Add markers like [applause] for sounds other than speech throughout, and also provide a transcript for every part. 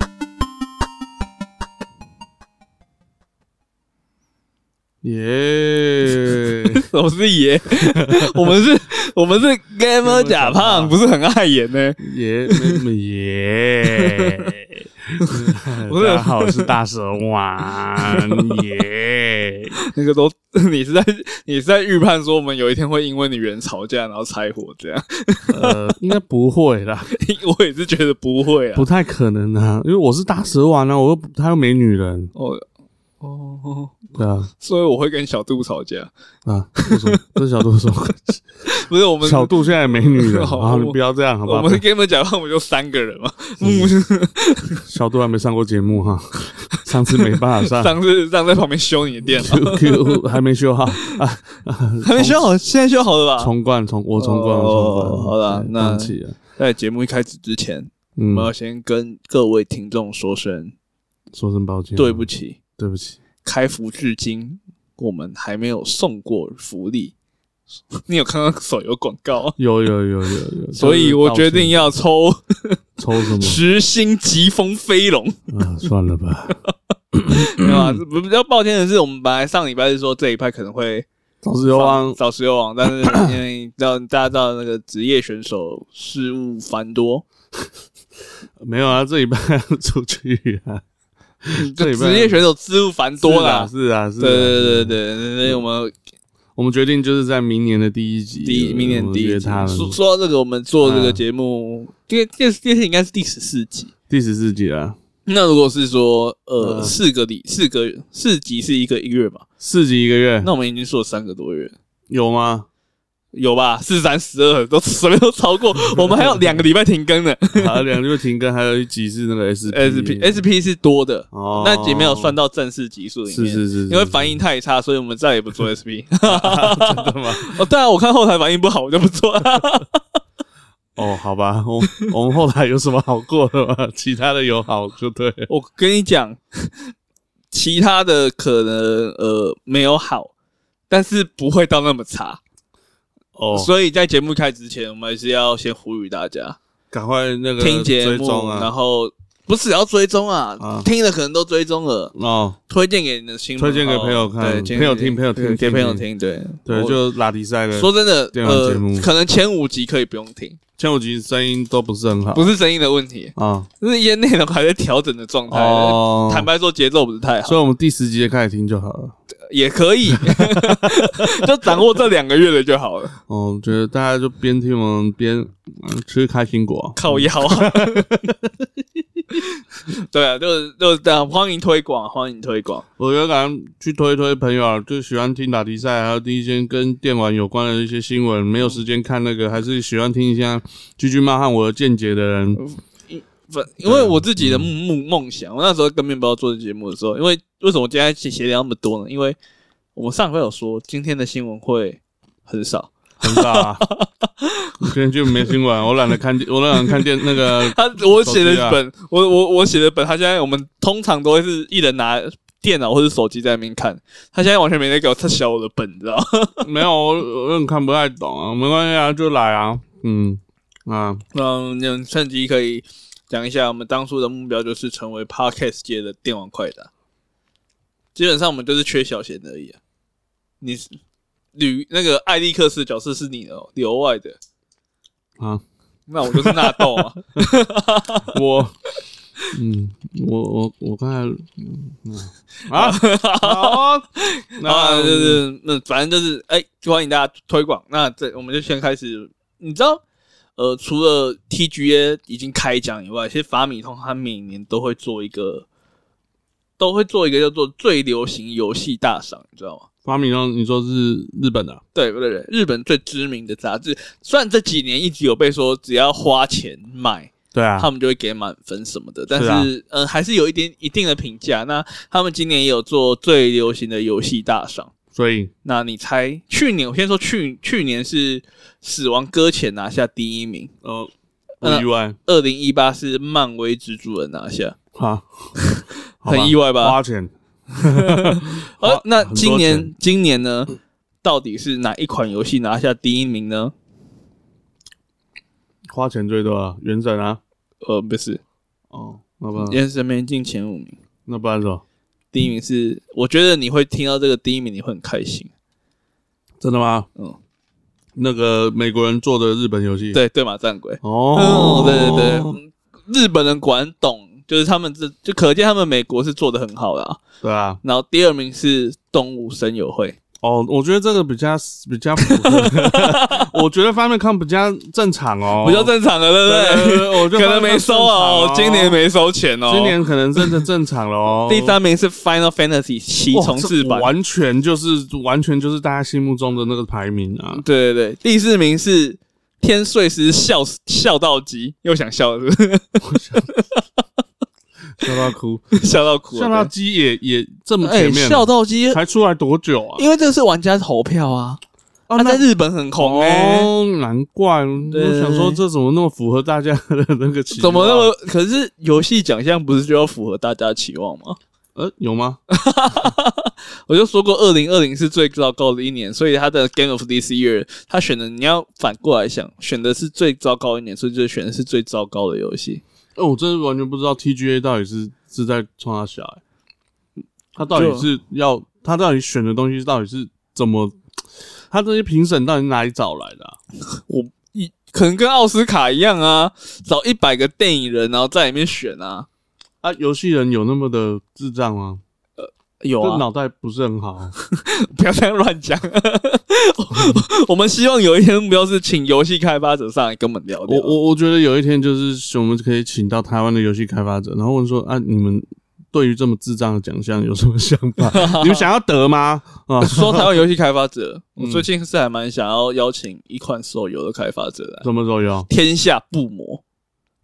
[laughs] 耶！我是爷， [laughs] 我们是，我 [laughs] 们是 gamer 假胖，不是很碍眼呢、 [laughs] 耶，妹妹耶！不是大家好，我是大蛇丸 [laughs] 耶。那个都，你是在你是在预判说我们有一天会因为你人吵架然后拆伙这样？ [laughs] 呃，应该不会啦，我也是觉得不会啊 [laughs] 不。太可能啊，因为我是大蛇丸啊，我又不他又没女人，哦哦，对啊所以我会跟小杜吵架，啊，为 [laughs] 什么？跟小杜说，不是我们小杜现在也没女 [laughs] 人，好啊，你我不要这样，好不嗯我好们？gamer 假胖不就三个人嘛？木 [laughs] 小杜还没上过节目哈，上次没办法上 [laughs] 上次上次在旁边修你的电脑， ，QQ 还没修好，还没修好，现在修好了吧？重灌重我重灌我重灌，哦好啦对那放弃了，在节目一开始之前，我嗯们，要先跟各位听众说声说声抱歉，啊对不，起。对不起，开服至今，我们还没有送过福利。 [laughs] 你有看到手游广告，有有有有 [laughs] 有，所以我决定要要抽抽什么十星疾风飞龙。啊？ [laughs] 算了吧，嗯没有啊，不比较抱歉的是，我们本来上礼拜是说这一派可能会早知道放啊，找石油王，但是因为知道大家知道那个职业选手事务繁多，没有啊，这一半要出去啊，这就礼拜职业选手事务繁 [laughs] 多啦。是啊是啊，对对是啊对对对，所以我们我们决定就是在明年的第一集，第一明年第我一约集他们嗯说说到这个，我们做这个节目，这这这是应该是第十四集。第十四集啊，那如果是说，呃，嗯四个礼四个四集是一个月嘛？四集一个月，那我们已经说了三个多月，有吗？ [laughs] 有吧？四三十二都 [laughs] 随便都 [laughs] 超过，我们还有两个礼拜停更呢。好，两个就停更，还有一集是那个 SP SP SP 是多的，哦，哎那也没有算到正式集数里是面。是是，因为应反应太差，所以我们再也 [laughs] 不做 SP。的吗？ [laughs] 哦，对啊，我看后台反应不好，我就不做。 [laughs] 哦，好吧，我我们后台有什么好过的吗？ [laughs] 其他的有好就对了，我跟你讲，其他的可能呃没有好，但是不会到那么差。哦，所以在节目开始之前，我们还是要先呼吁大家，赶快那个听节追目，踪然啊，后不是要追踪啊，啊听的可能都追踪了，哦，推荐给你的亲朋推荐给朋友看对，朋友听朋友听对听给朋友听听，对对，我就拉迪赛的，说真的，电玩呃节目，可能前五集可以不用听，前五集声音都不是很好，不是声音的问题， [laughs] 啊，是一些内容还在调整的状态。哦，哦坦白说，节奏不是太好，所以我们第十集开始听就好了。也可以， [laughs] 就掌握这两个月的就 [laughs] 好了。哦，我觉得大家就边听我们边嗯吃开心果，靠腰啊， [laughs] 对啊，就是就是这样，欢迎推广，啊欢迎推广。我有敢去推推朋友啊，就喜欢听打题赛，还有第一间跟电玩有关的一些新闻，没有时间看那个，还是喜欢听一下居居妈和我的见解的人。不，因为我自己嗯的梦梦梦想，我那时候跟面包做节目的时候，因为为什么今天闲聊那么多呢？因为我们上回有说今天的新闻会很少， [laughs] 很大、啊，我今天就没新闻，我懒得看，我懒得看电那个。他我写手机的啊本，我我我写的本，他现在我们通常都会是一人拿电脑或者手机在那边看，他现在完全没在给我他小我的本，你知道吗？没有，我我很看不太懂啊，没关系啊，就来啊，嗯啊，嗯，那趁机可以讲一下，我们当初的目标就是成为 podcast 界的电玩快打。基本上我们就是缺小贤而已啊。你是吕那个艾利克斯角色是你的哦，里外的啊，那我就是纳豆啊。我，嗯，我我我刚才，嗯啊，好啊，那那就就是是那反正就是哎、欢迎大家推广。那这我们就先开始，你知道。呃，除了 TGA 已经开奖以外，其实法米通它每年都会做一个，都会做一个叫做最流行游戏大赏，你知道吗？发明中，你说是日本的啊，对对对，日本最知名的杂志，虽然这几年一直有被说只要花钱买，对啊他们就会给满分什么的，但是啊是嗯、呃还是有一点一定的评价。那他们今年也有做最流行的游戏大赏。所以那你猜，去年我先说去去年是《死亡搁浅》拿下第一名，呃，不意外，二零一八是漫威蜘蛛人拿下，哈，好吧很意外吧？花钱，而、花那很多今年钱今年呢，到底是哪一款游戏拿下第一名呢？花钱最多啊，原神啊，呃，不是，哦，那不然原神没进前五名。那不然什么？第一名是，我觉得你会听到这个第一名，你会很开心。真的吗？嗯，那个美国人做的日本游戏，，对对嘛，战鬼。哦哦，，对对对，嗯日本人果然懂，就是他们这就可见他们美国是做的很好的啊。对啊，然后第二名是动物声友会，哦，我觉得这个比较比较符 [laughs] 合，我觉得方便看比较正常哦， [laughs] 比较正常的，对不对，对对？对我觉可得能没收哦，今年，没收钱哦。啊今年可能真的正常了哦。 [laughs] 第三名是 Final Fantasy 七哇重置这版，完全就是完全就是大家心目中的那个排名啊。对对对，第四名是天睡师笑死笑到急，又想笑了是不是，笑到哭， [laughs] [laughs] 笑到哭 [laughs] 了，笑到鸡也也这么哎、前面了，笑到急，才出来多久啊？因为这是玩家投票啊，哦他在日本很红哎、哦，难怪，我对想说这怎么那么符合大家的那个期望？啊怎么那么？可是游戏奖项不是就要符合大家的期望吗？呃有吗？我就说过，二零二零是最糟糕的一年，所以他的 Game of This Year，他选的你要反过来想，选的是最糟糕的一年，所以就选的是最糟糕的游戏。哦，我真的完全不知道 TGA 到底是是在冲他小孩，他到底就是要他到底选的东西到底是怎么？他这些评审到底哪里找来的啊、我一可能跟奥斯卡一样啊，找一百个电影人，然后在里面选啊，啊，游戏人有那么的智障吗？有这啊，脑袋不是很好。 [laughs] 啊不要这样乱 [laughs] 讲。我我们希望有一天目标是请游戏开发者上来跟我们聊我聊。我我觉得有一天就是我们可以请到台湾的游戏开发者，然后问说啊，你们对于这么智障的奖项有什么想 [laughs] 法？你们想要得吗？啊，说台湾游戏开发者，嗯我最近是还蛮想要邀请一款手游的开发者来，《什么手游？天下不磨》，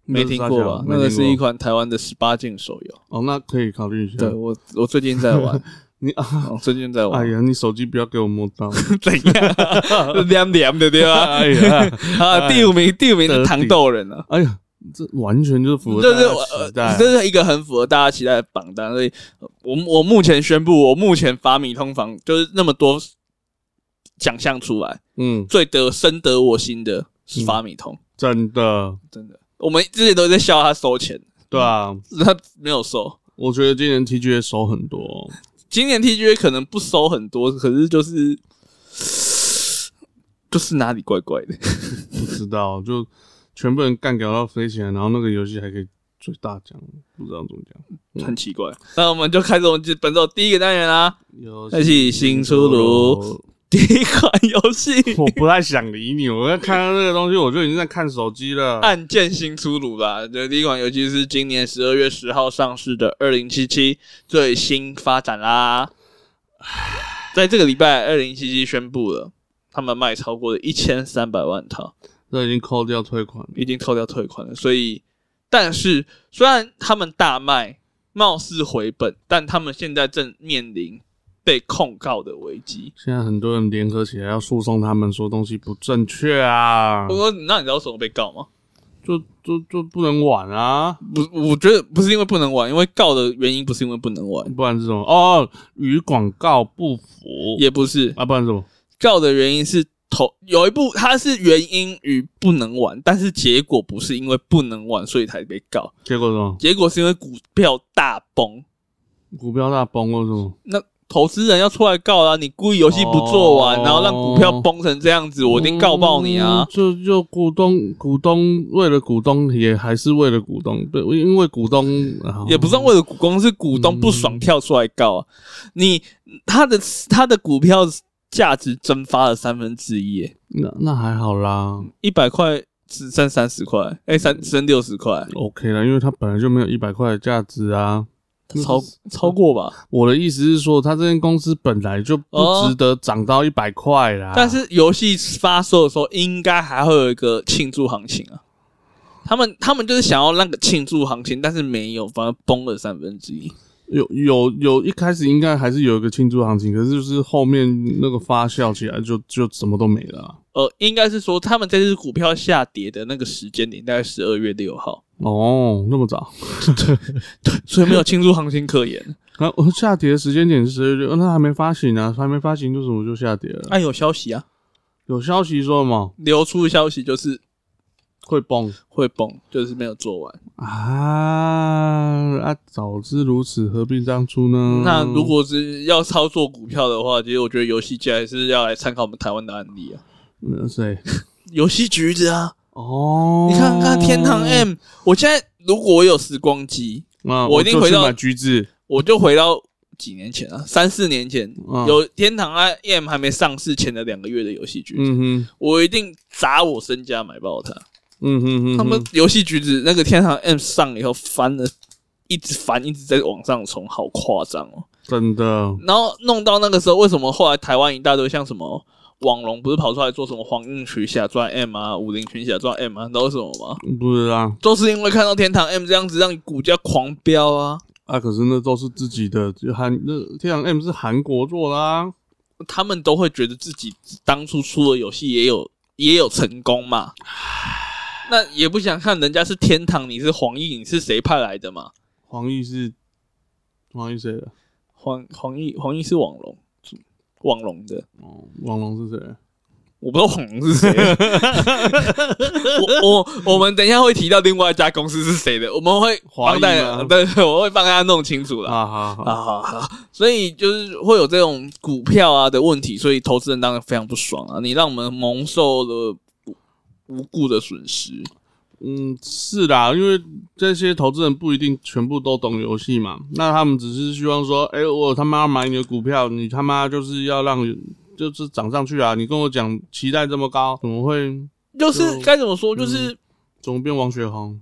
没听过吧？没听过那个是一款台湾的十八禁手游。哦，那可以考虑一下。对我，我最近 [laughs] 在玩，你啊，哦最近在哎玩，呀，你手机不要给我摸到。怎样？凉凉的对吧？哎呀，啊，第五名，第五名是糖豆人啊。哎呀，这完全就是符合这大是家我的期呃，待。这是一个很符合大家期待的榜单，所以呃我我目前宣布，我目前法米通房就是那么多奖项出来，嗯，最得深得我心的是法米通，真的，真的。我们之前都在笑他收钱，对啊，他没有收。我觉得今年 TGA 收很多，今年 TGA 可能不收很多，可是就是就是哪里怪怪的。不知道就全部人干掉到飞起来，然后那个游戏还可以最大奖，不知道怎么讲。很奇怪，那我们就开始我们本周第一个单元啦。游游戏新出炉，第一款游戏我《不太想理你。我在看到那个东西，我就已经在看手机了。暗箭》新出炉啦，这第一款游戏是今年十二月十号上市的《二零七七》最新发展啦。在这个礼拜，《二零七七》宣布了，他们卖超过了一千三百万套，这已经扣掉退款了，已经扣掉退款了。所以，但是虽然他们大卖，貌似回本，但他们现在正面临被控告的危机。现在很多人联合起来要诉讼他们，说东西不正确啊不，过，那你知道为什么被告吗？就就就不能玩啊，不，我觉得不是因为不能玩，因为告的原因不是因为不能玩，不然是什么？哦，与广告不符也不是啊，不然是什么？告的原因是投有一部它是原因与不能玩，但是结果不是因为不能玩所以才被告，结果是什么？结果是因为股票大崩，股票大崩或什么？那投资人要出来告啦、你故意游戏不做完，哦然后让股票崩成这样子，我一定告爆你啊嗯！就就股东，股东为了股东，也还是为了股东，对，因为股东、啊也不算为了股东，是股东不爽跳出来告啊！你他的他的股票价值蒸发了三分之一耶，那那还好啦一百块只剩三十块，哎、三嗯只剩六十块， ，OK 啦，因为它本来就没有一百块的价值啊。超超过吧？我的意思是说，它这间公司本来就不哦值得涨到一百块啦。但是游戏发售的时候，应该还会有一个庆祝行情啊。他们他们就是想要那个庆祝行情，但是没有，反而崩了三分之一。有有有，一开始应该还是有一个庆祝行情，可是就是后面那个发酵起来就就什么都没了啊、呃，应该是说他们这次股票下跌的那个时间点大概十二月六号， [laughs] 哦，那么早？所以没有庆祝行情可言。啊，我下跌的时间点是十月六，呃那还没发行呢、还没发行就怎么就下跌了？那、有消息啊，有消息说吗？流出消息就是会崩会崩，就是没有做完。啊啊！早知如此，何必当初呢？那如果是要操作股票的话，其实我觉得游戏界还是要来参考我们台湾的案例啊，呃谁？游戏橘子啊，哦，你看看天堂 M，我现在如果我有时光机，啊，我一定就回去到买橘子。我就回到几年前啊，三四年前嗯有天堂 M 还没上市前的两个月的游戏橘子，嗯哼，我一定砸我身家买爆它。嗯哼哼哼，他们游戏橘子那个天堂 M 上了以后翻了，一直翻，一直在往上冲，好夸张哦。真的，然后弄到那个时候，为什么后来台湾一大堆像什么网龙不是跑出来做什么黄印群侠传 M 啊、武林群侠传 M 啊，你知道为什么吗？不知道都是因为看到天堂 M 这样子让股价狂飙啊。啊。可是那都是自己的，就韩那天堂 M 是韩国做的啊。他们都会觉得自己当初出的游戏也有也有成功嘛。那也不想看人家是天堂，你是黄奕，你是谁派来的嘛？黄奕是黄奕谁的？黄黄奕黄奕是网龙，网龙的，哦，王龙是谁？我不知道网龙是谁。 [laughs] 我我我们等一下会提到另外一家公司是谁的，我们会华帮裔大吗家，对， [laughs] 我会帮大家弄清楚啦。啊好好，啊，好好，所以就是会有这种股票啊的问题，所以投资人当然非常不爽啊！你让我们蒙受了无无故的损失，嗯，是啦，因为这些投资人不一定全部都懂游戏嘛，那他们只是希望说，哎、我他妈要买你的股票，你他妈就是要让就是涨上去啊！你跟我讲期待这么高，怎么会就是就该怎么说，就是、怎么变王雪红？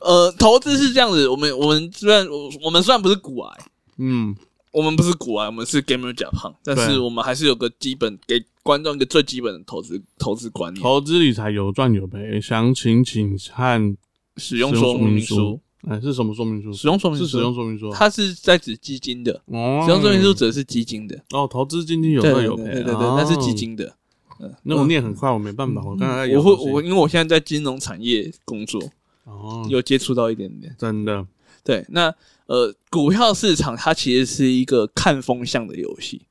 呃，投资是这样子，我们我们虽然我我们虽然不是股癌，嗯，我们不是股癌，我们是 gamer 甲胖，但对是我们还是有个基本给观众一个最基本的投资投资观念，投资理财有赚有赔，详情请看使用使说用明书书，。哎、是什么说明书？使用说明是书，使用说明书啊。它是在指基金的，哦使用说明书指的是基金的，哦，投资经济有对赚对有对赔，对对，哦那是基。金的。那我念很快，我没办法，我刚才在嗯我咬会东西我因为我现在在金融产业工作，哦，有接触到一点点。真的，对，那呃，股票市场它其实是一个看风向的游戏。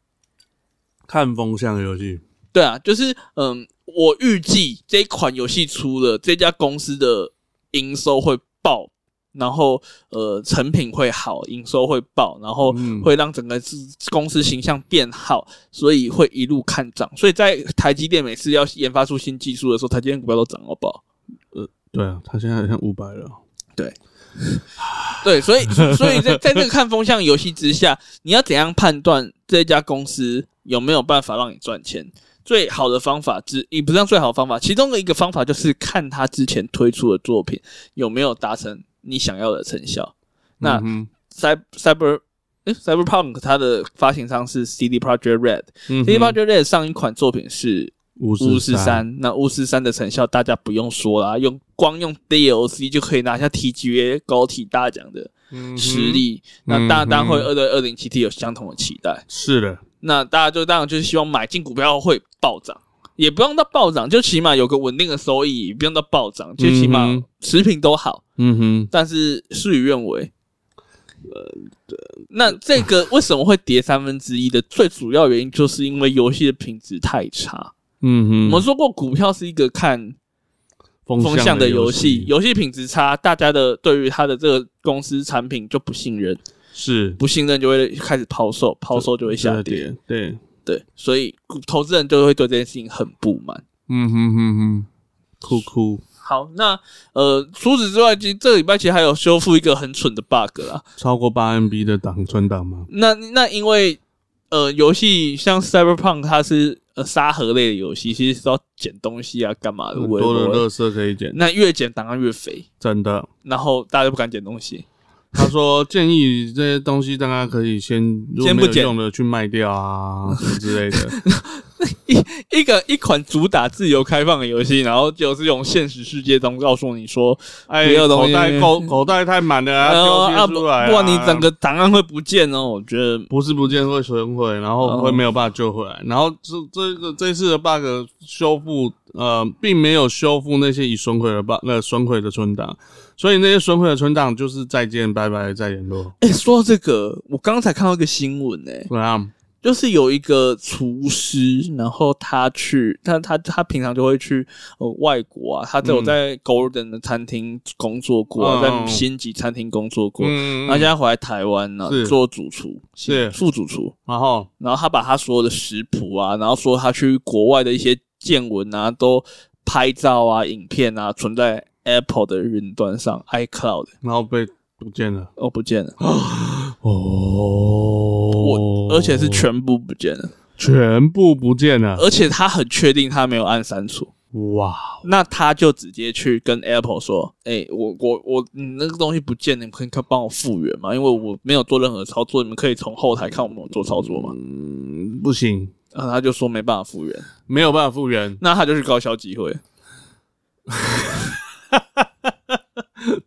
看风向游戏，对啊，就是嗯，我预计这一款游戏出了，这家公司的营收会爆，然后呃，成品会好，营收会爆，然后嗯会让整个自公司形象变好，所以会一路看涨。所以在台积电每次要研发出新技术的时候，台积电股票都涨到爆。对啊，他现在好像五百了。 [laughs] 对，所以所以在在这个看风向游戏之下，你要怎样判断这家公司有没有办法让你赚钱？最好的方法之，也不是最好的方法，其中的一个方法就是看他之前推出的作品有没有达成你想要的成效。那嗯 Cyber Cyber 诶 Cyberpunk 它的发行商是 CD Projekt Red，CD、嗯哼， Projekt Red 上一款作品是五巫十师，三，那巫师三的成效大家不用说啦，用光用 DLC 就可以拿下 TGA 高体大奖的嗯哼实力，那大家当然会二对二零七 T 有相同的期待。是的，那大家就当然就是希望买进股票会暴涨，也不用到暴涨，就起码有个稳定的收益，也不用到暴涨，就起嗯码哼持平都好。嗯哼，但是事与愿违。呃那这 [laughs] 个为什么会跌三分之一的最主要原因，就是因为游戏的品质太差。嗯哼，我们说过，股票是一个看风风向的游戏，有游戏品质差，大家的对于它的这个公司产品就不信任，是不信任就会开始抛售，抛售就会下跌，，对，对，所以股投资人就会对这件事情很不满。嗯哼哼哼，酷酷，好，那呃，除此之外，其实这个礼拜其实还有修复一个很蠢的 bug 啦。超过八 MB 的档存档吗？那那因为呃，游戏像 Cyberpunk 它是呃沙盒类的游戏，其实是要捡东西啊，干嘛的？很我也多的不会垃圾可以捡，那越捡档案越肥，真的。然后大家就不敢捡东西。他说建议这些东西大家可以 [laughs] 先如果先不没有捡用的去卖掉啊什么之类 [laughs] 的。一个一款主打自由开放的游戏，然后就是用现实世界中告诉你说，哎，不要东口西袋口口袋太满 [laughs] 了呃啊，啊丢不，不出来啊，不然你整个档案会不见哦。我觉得不是不见会损毁，然后会哦没有办法救回来。然后这这个这次的 bug 修复，呃，并没有修复那些已损毁的 bug，那损毁的存档，所以那些损毁的存档就是再见，拜拜，再联络。哎、说到这个，我刚才看到一个新闻呢、对啊，就是有一个厨师，然后他去，他他他平常就会去呃外国啊，他都有嗯在 Golden 的餐厅工作过啊、嗯在星级餐厅工作过，嗯，然后现在回来台湾呢、是做主厨，是副主厨，然后然后他把他所有的食谱啊，然后说他去国外的一些见闻啊，都拍照啊、影片啊，存在 Apple 的云端上 iCloud，然后被不见了哦，不见了，哦，我而且是全部不见了，全部不见了，而且他很确定他没有按删除。哇，那他就直接去跟 Apple 说：“哎、我我我，你那个东西不见，你们可以帮我复原吗？因为我没有做任何操作，你们可以从后台看我们有做操作吗嗯，不行，？”然后他就说没办法复原，没有办法复原。 [laughs] 那他就去高消机会。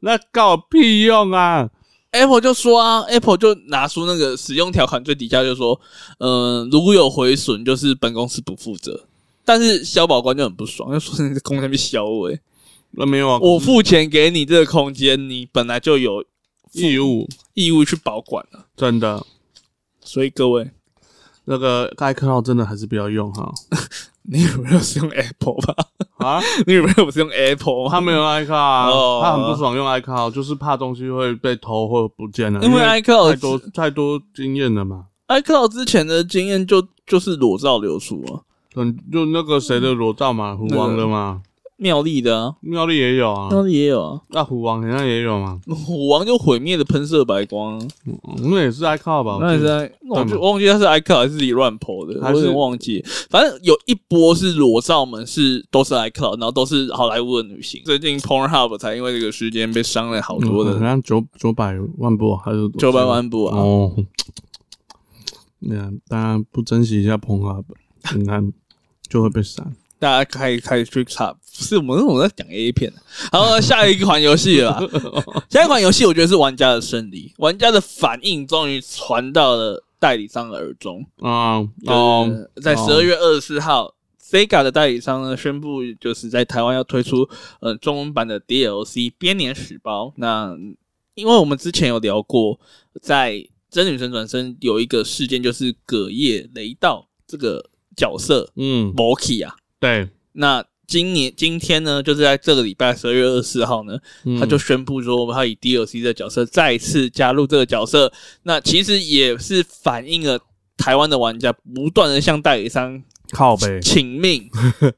那搞屁用啊！ Apple 就说啊，Apple 就拿出那个使用条款最底下就说，嗯、如果有毁损，就是本公司不负责。但是消保官就很不爽，就说你这空间被销毁，那没有啊，欸我付钱给你这个空间，你本来就有义务义务去保管了。真的所以各位，那个 iCloud 真的还是不要用哈你有没有使用 Apple 吧？ [laughs] 啊！ [laughs] 你有没有使用 Apple 吗？他没有 iCloud，、啊哦他很不爽用 iCloud，就是怕东西会被偷或不见了，因为太 iCloud 多太多经验了嘛。 iCloud 之前的经验就就是裸照流出啊，很就那个谁的裸照嘛，虎王的嗯嘛，妙丽的啊，妙丽也有啊，妙丽也有啊，那、虎王好像也有嘛，虎王就毁灭的喷射白光、啊。嗯那也是 iCloud 吧？那我也记是啊得在，那我就我忘记他是 iCloud 还是自己乱 PO 的，还我有是点忘记。反正有一波是裸照们是都是 iCloud，然后都是好莱坞的女星。最近 Pornhub 才因为这个事件被伤了好多嗯好的像九九百万部啊还是多少九百万部啊。哦。那大家不珍惜一下 p o n 你看就会被删。大家可以开始去查，是我们我们在讲 A 片、啊。好，下一款游戏了 [laughs] 吧，下一款游戏我觉得是玩家的胜利，玩家的反应终于传到了代理商的耳中。啊、哦，哦，在十二月二十四号、s e g a 的代理商呢宣布，就是在台湾要推出呃中文版的 DLC《编年史包》。那因为我们之前有聊过，在《真女神转身》有一个事件，就是葛叶雷道这个角色嗯， m o k i 啊，对，那今年今天呢，就是在这个礼拜十二月二十四号呢，嗯他就宣布说，我们要以 DLC 的角色再次加入这个角色。那其实也是反映了台湾的玩家不断的向代理商靠背，请命，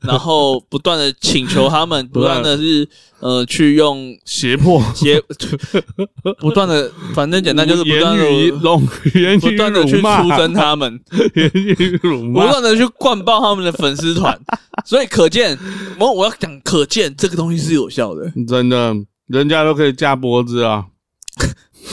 然后不断的请求 [laughs] 他们，不断的是呃去用胁迫，接， [laughs] 不断的，反正简单就是不断 [laughs] 言语的。弄，言不语断的去辱骂出征他们，言语辱 [laughs] 不骂，断的去灌爆他们的粉 [laughs] 丝团，所以可见，我我要讲，可见这个东西是有效的。真的，人家都可以架脖子啊。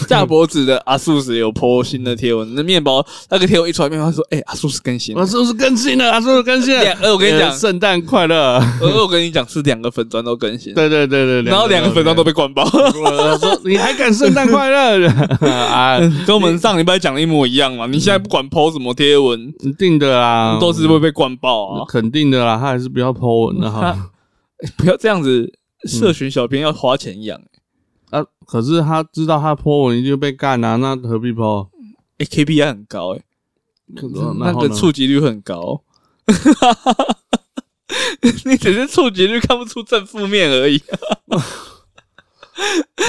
大脖子的阿素斯有 po 新的贴文，那面包那个贴文一出来，面包说：“哎、阿素斯更 [laughs] 新了。啊，是不是更新了？啊，是不是更新了 [laughs] 两”？呃，我我跟你讲，圣诞快乐！ [laughs] 呃，我跟你讲是两个粉砖都更新，对对对对， [laughs] 然后两个粉砖都被灌爆，我说 [laughs] 你还敢圣诞快乐 [laughs] 啊？跟我们上礼拜讲的一模一样嘛。 [laughs] 你现在不管 po 什么贴文，一定的啊啦，都是会被灌爆啊！哎肯定的啦，他还是不要 Po 文的哈。不要这样子，社群小编要花钱养。啊，可是他知道他 Po 文一定被干啊，那何必 Po？哎、k p i 很高哎、那嗯然后个呢触及率很高。 [laughs] 你只是触及率看不出正负面而已，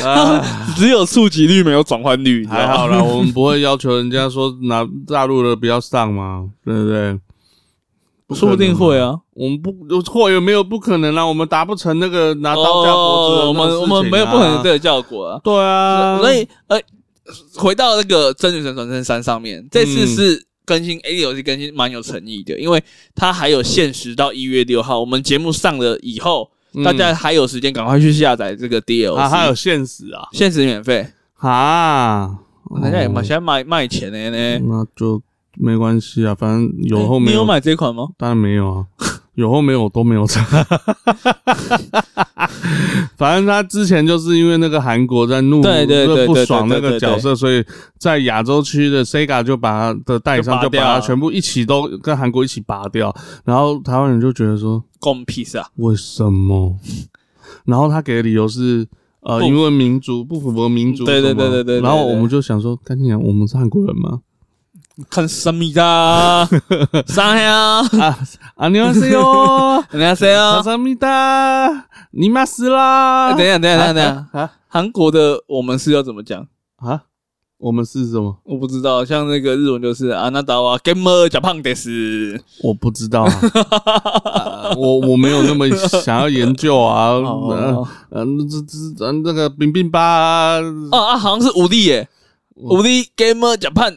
啊， [laughs] 只有触及率没有转换率，你知道还吗好 [laughs] 啦，我们不会要求人家说拿大陆的不要上嘛，对不对？说不定会啊，啊。我们不会有没有不可能啊？我们达不成那个拿刀架脖子的哦我那们种我事情啊们没有不可能这个效果啊。对啊，所以呃，回到那个《真女神转身三》上面，这次嗯是更新 A 游戏更新蛮有诚意的，因为它还有限时到一月六号，我们节目上了以后，嗯大家还有时间赶快去下载这个啊，还有 DLC，现实啊，限时免费，啊，人家也买，哦现在卖卖钱的呢。那就没关系啊，反正有后你没有买这款吗？当然没有啊， [laughs] 有后没有都没有差。 [laughs] 反正他之前就是因为那个韩国在怒，对对对对不爽那对对对个角色，所以在亚洲区的 Sega 就把他的代理商就拔就掉把了他全部一起都跟韩国一起拔掉，然后台湾人就觉得说关我屁事啊！为什么？ [laughs] 然后他给的理由是。呃，不因为民族不符合民族对对什么对对对对对 [laughs] 然后我们就想说，赶紧讲，我们是韩国人吗？看什么 [laughs] 的？啥呀？啊，안녕하세요，人家谁감啊사합니다你妈死啦！哎等一下，等一下，等一下，等一下。啊韩国的我们是要怎么讲？啊啊！我们是什么？我不知道，像那个日文就是啊，那达瓦 gamer 假胖的是，我不知道啊， [laughs] 啊我我没有那么想要研究 [laughs] 啊。嗯哦嗯，这这嗯那个冰冰吧 [laughs] 啊，哦啊，好像是武力耶，我武力呃 gamer 假胖，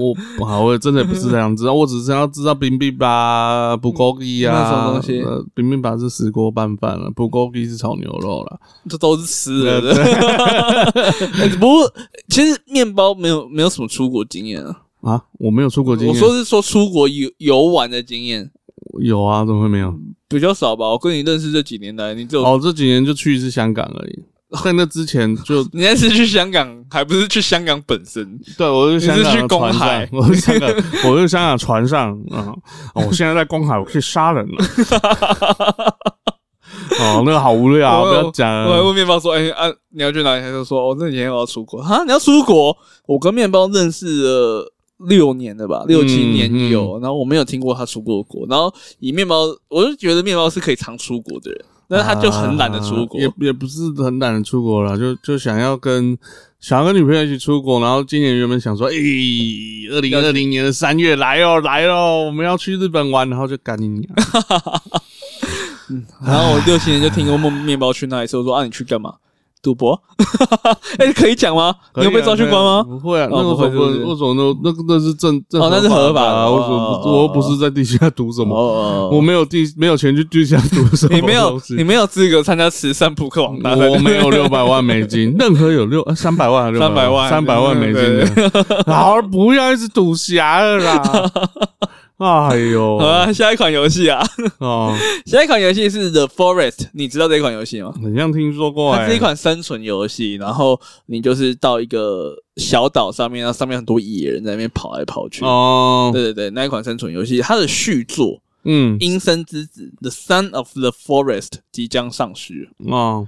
我我好，我真的不是这样知啊道，我只是要知道冰冰吧不够鸡啊，那什么东西呃？冰冰吧是石锅拌饭了，不够鸡是炒牛肉了。 [laughs] 这都是吃的。 [laughs] 欸不过其实面包没有没有什么出国经验啊，啊，我没有出国经我验，说是说出国游游玩的经验有啊，怎么会没有？比较少吧。我跟你认识这几年来，你只有、哦，这几年就去一次香港而已，在那之前就你那次去香港，还不是去香港本身？ [laughs] 对，我就香港你是去的公船海上，我就香 [laughs] 港，我就香港船上啊、哦我现在在公海，我可以杀人了。哦，那个好无聊，我不要讲我还了。问面包说：“哎、啊，你要去哪里？”他就说：“哦，那几天我要出国哈，你要出国？”我跟面包认识了六年了吧，六七年有。然后我没有听过他出过国。然后以面包，我就觉得面包是可以常出国的人，但是他就很懒得出国。啊也也不是很懒得出国了，就就想要跟想要跟女朋友一起出国，然后今年原本想说，诶、2二零二零年的三月来哦来哦，我们要去日本玩，然后就赶紧娘，然后我六七年就听过面面包去那里，所以我说：“啊，你去干嘛？赌博？ [laughs] 哎、可以讲吗？你有被抓去关吗？”不会啊，那为哦不会什么是不是为什么那那那是正正哦那是合法的啊哦为什么不哦哦我又不是在地下赌什么？哦我没有地没有钱去地下赌什么你没有东，西你没有资格参加慈善扑克王大赛。我没有六百万美 [laughs] 金，任何有六啊三百万还是六300万三百万美金的，好不要一直赌侠了啦！ [laughs] 哎呦好，啊，下一款游戏啊，哦，下一款游戏是 The Forest，你知道这一款游戏吗？很像听说过它哎，是一款生存游戏，然后你就是到一个小岛上面，然后上面很多野人在那边跑来跑去。哦，对对对，那一款生存游戏，它的续作嗯，《阴森之子》The Son of the Forest 即将上市。哦，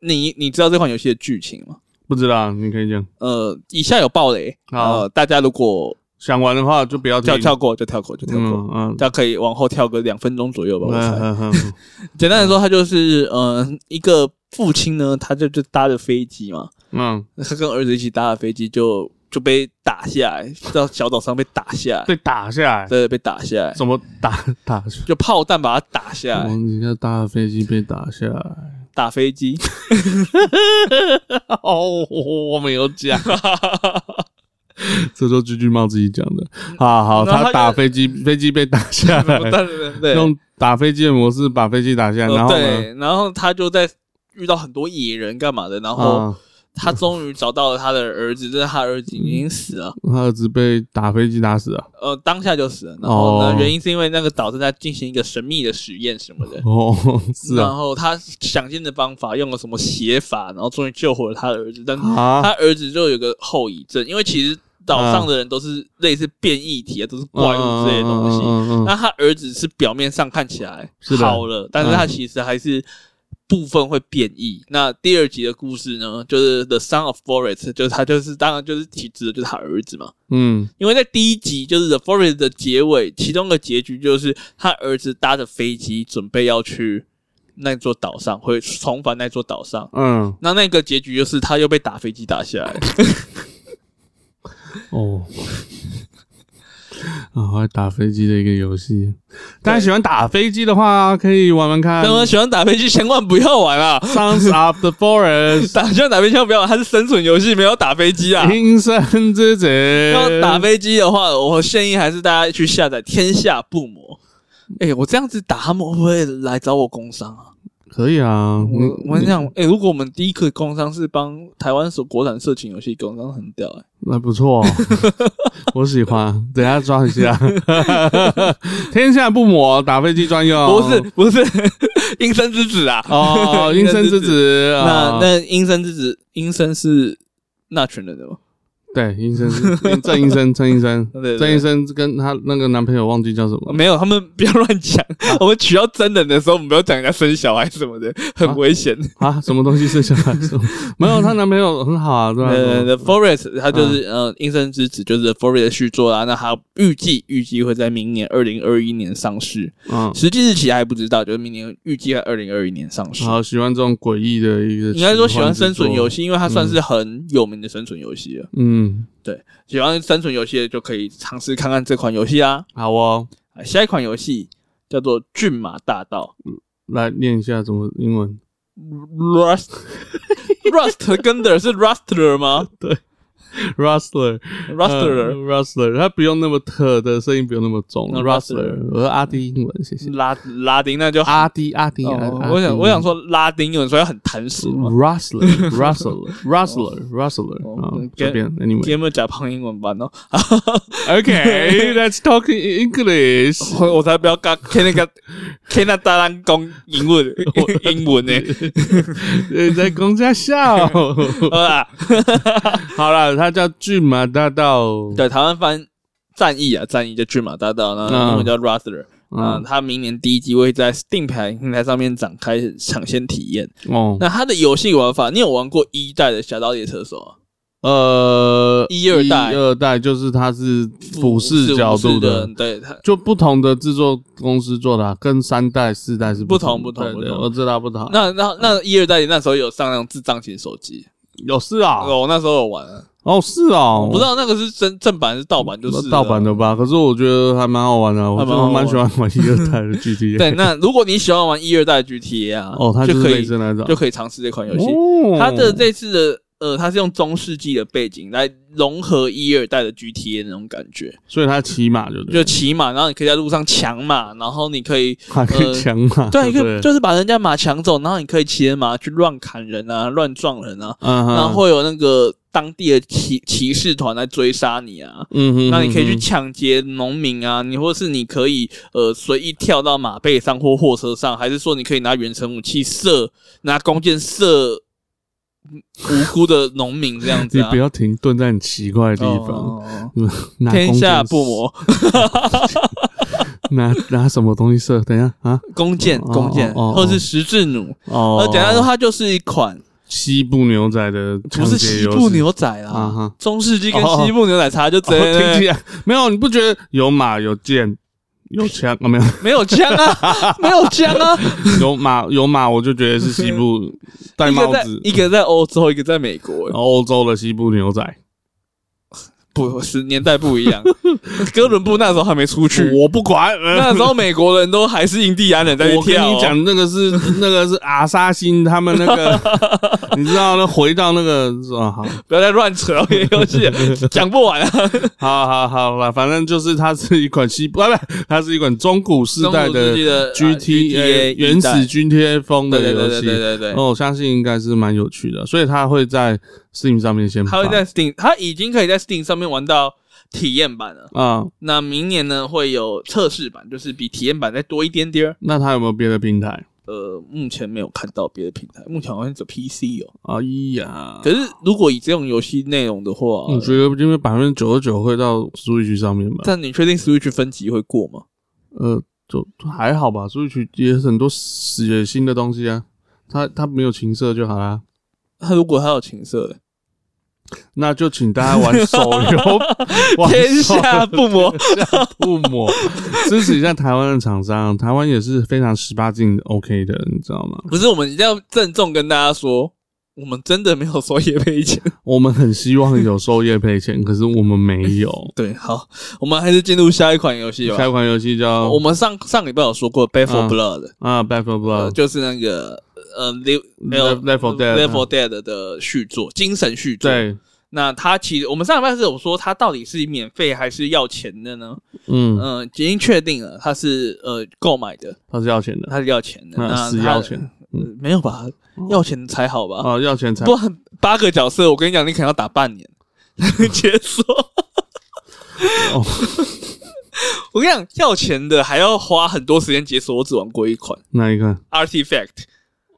你你知道这款游戏的剧情吗？不知道，你可以讲，呃，以下有暴雷，好呃，大家如果想玩的话就不要跳听，跳过就跳过就跳过，嗯嗯。大家可以往后跳个两分钟左右吧，我猜。嗯嗯 [laughs] 简单来说，他就是呃，一个父亲呢，他就就搭着飞机嘛，嗯，他跟儿子一起搭着飞机就就被打下来，到小岛上被打下来，被打下来，对，被打下来，怎么打打下就炮弹把他打下来？哦来，你看搭的飞机被打下来，打 [laughs] 飞机， [laughs] 哦，我没有讲，这都居居猫自己讲的。好好，嗯然后他他就打飞机，飞机被打下 [laughs] 来，对对对，用打飞机的模式把飞机打下来，呃然后呢？对，然后他就在遇到很多野人干嘛的，然后啊，他终于找到了他的儿子，但是他儿子已经死了，他儿子被打飞机打死了。 [laughs] 呃，当下就死了，然后呢哦，原因是因为那个岛正在进行一个神秘的实验什么的，哦，是然啊，后他想尽的方法，用了什么邪法，然后终于救活了他的儿子。但啊，他儿子就有个后遗症，因为其实岛上的人都是类似变异体啊，都是怪物之类的东西。嗯嗯嗯嗯嗯那他儿子是表面上看起来是的嗯好了，但是他其实还是部分会变异。那第二集的故事呢，就是《The Son of Forest》，就是他就是当然就是体指的就是他儿子嘛。嗯，因为在第一集就是《The Forest》的结尾，其中的结局就是他儿子搭着飞机准备要去那座岛上，会重返那座岛上。嗯，那那个结局就是他又被打飞机打下来，哦。 [laughs] 啊，还打飞机的一个游戏。大家喜欢打飞机的话，可以玩玩看那。么喜欢打飞机千万不要玩啊！ [laughs] Sons of the Forest，打喜欢打飞机千万不要玩，它是生存游戏，没有打飞机啊。阴森之子。要打飞机的话，我建议还是大家去下载《天下不魔》。哎、我这样子打他们会不会来找我工伤啊？可以啊，我嗯我很想，哎、如果我们第一个工商是帮台湾所国产色情游戏工商，很屌哎、那不 [laughs] 错、哦，我喜欢。等一下抓一下， [laughs] 天下不抹，打飞机专用。不是不是， [laughs] 阴森之子啊！哦，阴森之子。 [laughs] 那啊那阴森之子，阴森是那群人的吗？对，医生是郑医生，郑医生 [laughs] 对嗯对，对郑医生跟她那个男朋友忘记叫什么，没有，他嗯们不要乱讲。啊 [laughs] 我们取到真人的时候，我们不要讲人家生小孩什么的，很危险。啊，什么东西生小孩 [laughs] 是吗？没有，她男朋友很好啊，嗯对吧、呃，The Forest，它就是呃，《应生之子》就是 The Forest 的续作啦。那它预计预计会在明年二零二一年上市，嗯，实际日期还不知道，就是明年预计在二零二一年上市。好，喜欢这种诡异的一个，应该说喜欢生存游戏，戏，因为它算是很有名的生存游戏了。嗯，喜欢生存游戏的就可以尝试看看这款游戏啊。好哦，啊下一款游戏叫做《骏马大道来念一下怎么英文，》 ，Rust [laughs] Rust 跟的是 Rustler 吗 Rustler，嗯？Rustler、 Rustler，他不用那么特的声音，不用那么重。那 Rustler，我说阿迪英文，谢谢。拉拉丁那就好。阿迪阿迪，嗯哦我想我想说拉丁有人说要很弹舌嘛， [laughs] 哦 Rustler，Rustler，Rustler，Rustler，这边今 anyway。 [laughs] 天没有讲胖英文版哦， [laughs] OK，let's talk in English。我我才不要跟跟那个跟那大人讲 [laughs] 英文英文呢，你在公家 [laughs] 笑。好啦，好了，他叫骏马大道。对台湾翻战役啊，战役叫骏马大道，然后英文叫 Rustler，啊，嗯，它明年第一季会在 Steam 平平台上面展开抢先体验。哦，那它的游戏玩法，你有玩过一代的《侠盗猎车手》啊？呃，一二代一二代就是它是俯视角俯度视的的，，对它就不同的制作公司做的啊、跟三代、四代是不不同不同对对不同我知道不同。那那那一二代那时候有上那种智障型手机，有事啊？哦，我那时候有玩啊，哦，是哦，我不知道那个是真正版还是盗版，就是了盗版的。吧？可是我觉得还蛮好玩的，啊我还蛮就好玩蛮喜欢玩一二代的 [laughs] GTA。对，那如果你喜欢玩一二代 GTA 啊，哦，它就就是可类以似那种就，可以尝试这款游戏。哦它的这次的呃，它是用中世纪的背景来融合一二代的 GTA 那种感觉，所以它骑马就就对骑马，然后你可以在路上抢马，然后你可以还可以抢马，呃对，啊对就不对，就是把人家马抢走，然后你可以骑着马去乱砍人啊，乱撞人啊，嗯哼，然后会有那个当地的骑骑士团来追杀你啊。嗯哼，那你可以去嗯哼抢劫农民啊，你或是你可以呃随意跳到马背上或货车上，还是说你可以拿远程武器射，拿弓箭射嗯无辜的农民这样 [laughs] 子你啊不。要停顿在很奇怪的地方，哦哦拿哦天下弓不磨，箭 [laughs] 拿拿什么东西射？等一下啊，弓箭哦弓箭，哦哦或是十字弩。哦，呃，简单说，它就是一款西部牛仔的抢不是劫西游戏部牛仔啦，啊 [laughs] 哈。中世纪跟西部牛奶茶就直哦，听起接来没有？你不觉得有马有剑有枪啊？没有 [laughs] 没有枪啊，没有枪 [laughs] 啊，有马有马，我就觉得是西部戴 [laughs] 一帽个在子一个在欧洲，一个在美国，欧洲的西部牛仔。不是年代不一样。 [laughs] 哥伦布那时候还没出去，我不管，呃那时候美国人都还是印第安人在我跟跳哦。你讲，那个是那个是阿萨辛他们那个， [laughs] 你知道，那回到那个啊，好，不要再乱扯了，这游 [laughs] 戏讲不完啊。好好好了，反正就是它是一款西部，啊不，它是一款中古世代中古世的纪的呃啊 GTA 原始 GTA 风对的对对游对对戏。哦对对那。我相信应该是蛮有趣的，所以它会在 Steam 上面先他发会在 Steam，他已经可以在 Steam 上面玩到体验版了。啊、那明年呢会有测试版，就是比体验版再多一点点儿。那它有没有别的平台？呃，目前没有看到别的平台，目前好像只有 PC 哦。哎呀，可是如果以这种游戏内容的话，我觉得因为百分之九十九会到 Switch 上面吧。但你确定 Switch 分级会过吗？呃，就还好吧，Switch 也很多血腥的东西啊，它它没有情色就好啦。他如果他有情色嘞，那就请大家玩手 [laughs] 游，玩天手下 [laughs] 不磨。不抹，支持一下台湾的厂商，台湾也是非常十八禁 OK 的，你知道吗？不是，我们一定要郑重跟大家说，我们真的没有收叶 [laughs] 配钱。我们很希望有收业配钱，可是我们没有。对，好，我们还是进入下一款游戏吧啊下。一款游戏叫我们上上礼拜有说过《Back for 嗯 Blood》，啊，Back for 呃， Blood，就是那个呃，Live Left- Left 4 Dead 嗯 Left 4 Dead 的续作，精神续作。，对，那它其实我们上礼拜是有说它到底是免费还是要钱的呢？嗯，嗯，已经确定了，它是呃购买的，他是要钱的，它是要钱的。嗯那是它要钱，嗯呃没有吧？要钱才好吧？啊，要钱才不然八个角色，我跟你讲，你可能要打半年 [laughs] 解锁。哦我跟你讲，要钱的还要花很多时间解锁。我只玩过一款那一个 Artifact，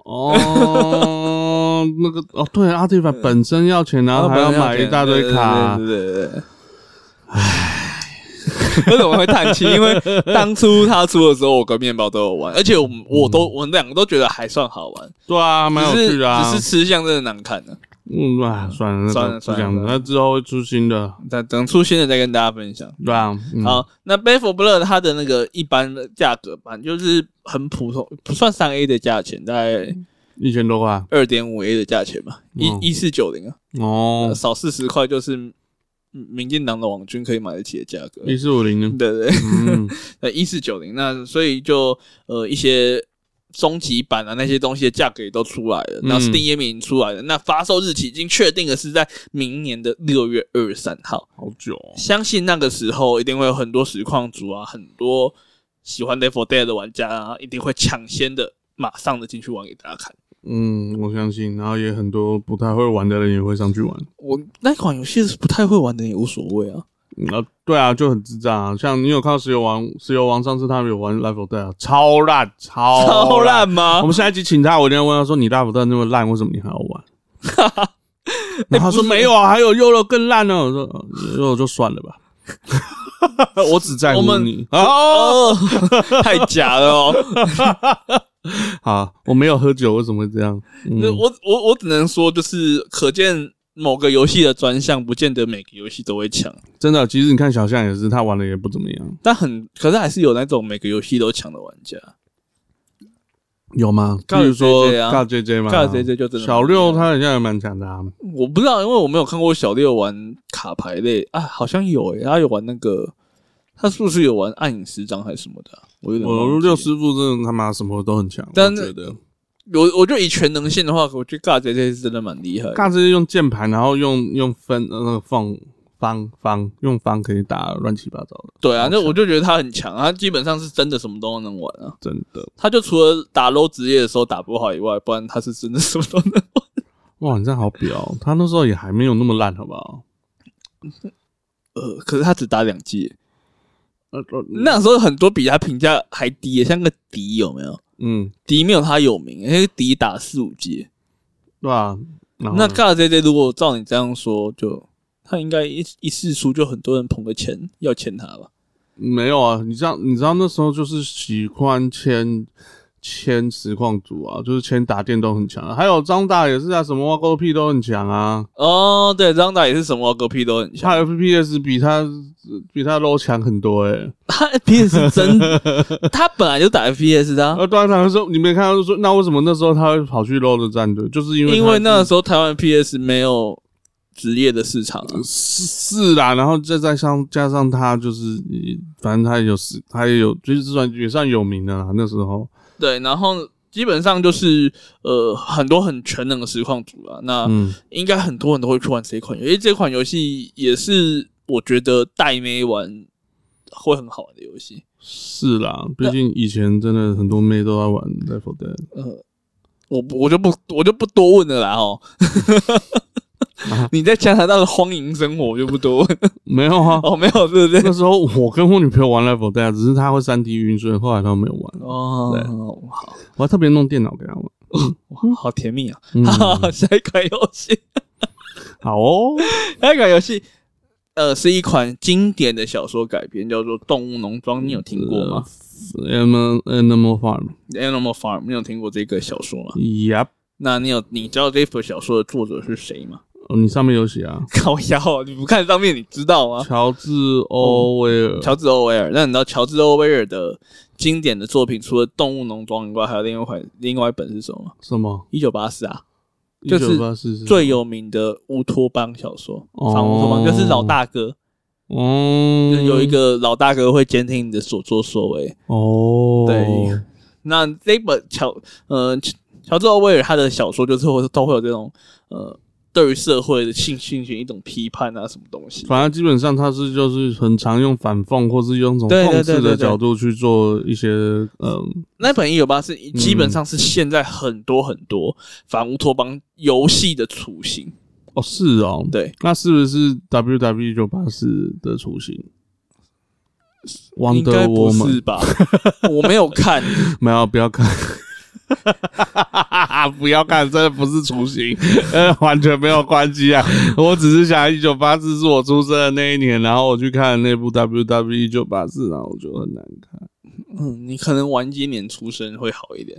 哦， [laughs] 那个哦，对，阿蒂法本身要钱，然啊哦后还要买一大堆卡对，对对对对。唉，为什么会叹气？因为当初他出的时候，我跟面包都有玩，而且我们我都我们两个都觉得还算好玩，对啊，蛮有只是趣的啊。只是吃相真的难看的、嗯，啊，算了，那算个了不算了讲了，那之后会出新的，等等出新的再跟大家分享。对啊，嗯，好，那 b a f o r Blur 它的那个一般的价格版就是很普通，不算三 A 的价钱，大概一千多块二点五 A 的价钱吧，一嗯一四九零啊，哦，少四十块就是嗯民进党的网军可以买得起的价格。一四五零呢，对对， [laughs] 嗯，呃，一四九零，那所以就呃一些终极版啊那些东西的价格也都出来了，嗯那 Steam 页面已经出来了，那发售日期已经确定了是在明年的六月二十三号，好久哦，相信那个时候一定会有很多实况组啊，很多喜欢 Left 4 Dead 的玩家啊，一定会抢先的马上的进去玩给大家看。嗯，我相信，然后也很多不太会玩的人也会上去玩，我那款游戏是不太会玩的，也无所谓啊。嗯啊，对啊，就很智障啊，像你有看到石油王，石油王上次他们有玩 l i f e 啊，超烂，超超烂。烂啊吗我？们下一集请他，我一定要问他说：“你 l i f e 那么烂，为什么你还要 [laughs] 玩？”然后哎他说：“没有啊，还有优乐更烂呢。”我说呃：“优乐就算 [laughs] 了吧，我只在乎我们你。”哦， [laughs] 哦，太假了哦！好，我没有喝酒，为什么会这样？嗯那 [laughs] 我我我只能说，就是可见某个游戏的专项，不见得每个游戏都会强，真的，其实你看小象也是，他玩的也不怎么样，但很可是还是有那种每个游戏都强的玩家。啊有吗？比告如说 JJ 啊告 JJ 嘛，看了谁谁就真的小六他好像也蛮强的啊。我不知道，因为我没有看过小六玩卡牌类啊，好像有诶、他有玩那个，他是不是有玩暗影十张还是什么的啊、我有点忘记我了六师傅真的他妈什么都很强，但我觉得我我就以全能性的话，我觉得尬姐姐是真的蛮厉害的。尬是用键盘，然后用用分呃那个放方方用方可以打乱七八糟的，对啊，那好强我就觉得他很强，他基本上是真的什么都能玩啊。真的他就除了打 low 职业的时候打不好以外，不然他是真的什么都能 [laughs] 玩。哇，你这样好表哦，他那时候也还没有那么烂，好不好？呃，可是他只打两季，呃呃那时候很多比他评价还低耶，像个迪有没有？嗯，迪没有他有名，因为迪打四五季。对吧？然后那 g a J J 如果照你这样说，就他应该一一试出就很多人捧个钱要签他吧？没有啊，你知道你知道那时候就是喜欢签签实况组啊，就是签打电动很强、啊，还有张大也是啊，什么挖沟屁都很强啊，哦，对，张达也是什么狗屁都很强，他 FPS 比他比他 low 强很多诶、欸。他 FPS 真， [laughs] 他本来就打 FPS 的、啊，而端常说，你没看到就说，那为什么那时候他会跑去 low 的战队？就是因为因为那他时候台湾 PS 没有职业的市场、啊，是是啦，然后再再上加上他就是，反正他有是，他也有，就是算也算有名的啦。那时候，对，然后基本上就是呃很多很全能的实况组啊，那。嗯，应该很多人都会去玩这一款游戏，因为这款游戏也是我觉得带妹玩会很好玩的游戏。是啦，毕竟以前真的很多妹都在玩 Left 4 Dead，呃，我不我就不我就不多问了啦哦。 [laughs] 你在加拿大的荒淫生活，我就不多问。没有啊。哦，没有，对不对？那时候我跟我女朋友玩 Left 4 Dead，只是她会三 D 晕，所以后来她没有玩。对哦，好，我还特别弄电脑给她玩。哇好甜蜜啊！嗯， [laughs] 下一款游戏，好哦，下一款游戏，呃，是一款经典的小说改编，叫做《动物农庄》，你有听过吗？Animal Animal Farm， ？Animal Farm，你有听过这个小说吗？ Yep，那你有你知道这本小说的作者是谁吗？ [laughs] 哦你上面有写啊？靠腰哦，你不看上面你知道吗？哦乔治·欧威尔，乔治·欧威尔。那你知道乔治·欧威尔的经典的作品，除了《动物农庄》以外，还有另外一款另外一本是什么吗？什么？ 《一九八四》啊，一就是九八四最有名的乌托邦小说。哦反乌托邦就是老大哥，哦就，有一个老大哥会监听你的所作所为。哦，对，那这本乔呃乔乔治·欧威尔他的小说就是会都会有这种呃对于社会的性性情一种批判啊，什么东西。反正基本上他是就是很常用反讽或是用从对对讽刺对对的对角度去做一些嗯那本一九八是基本上是现在很多很多反乌托邦游戏的雏形。哦是哦，对，那是不是 W W 九八四的雏形应？Wonder 该不 Woman 是吧？我没有看，没有，不要看， [laughs] 不要看，真的不是雏形， [laughs] 呃，完全没有关系啊。我只是想，一九八四是我出生的那一年，然后我去看那部 WWE 一九八四，然后我就很难看。嗯，你可能晚几年出生会好一点，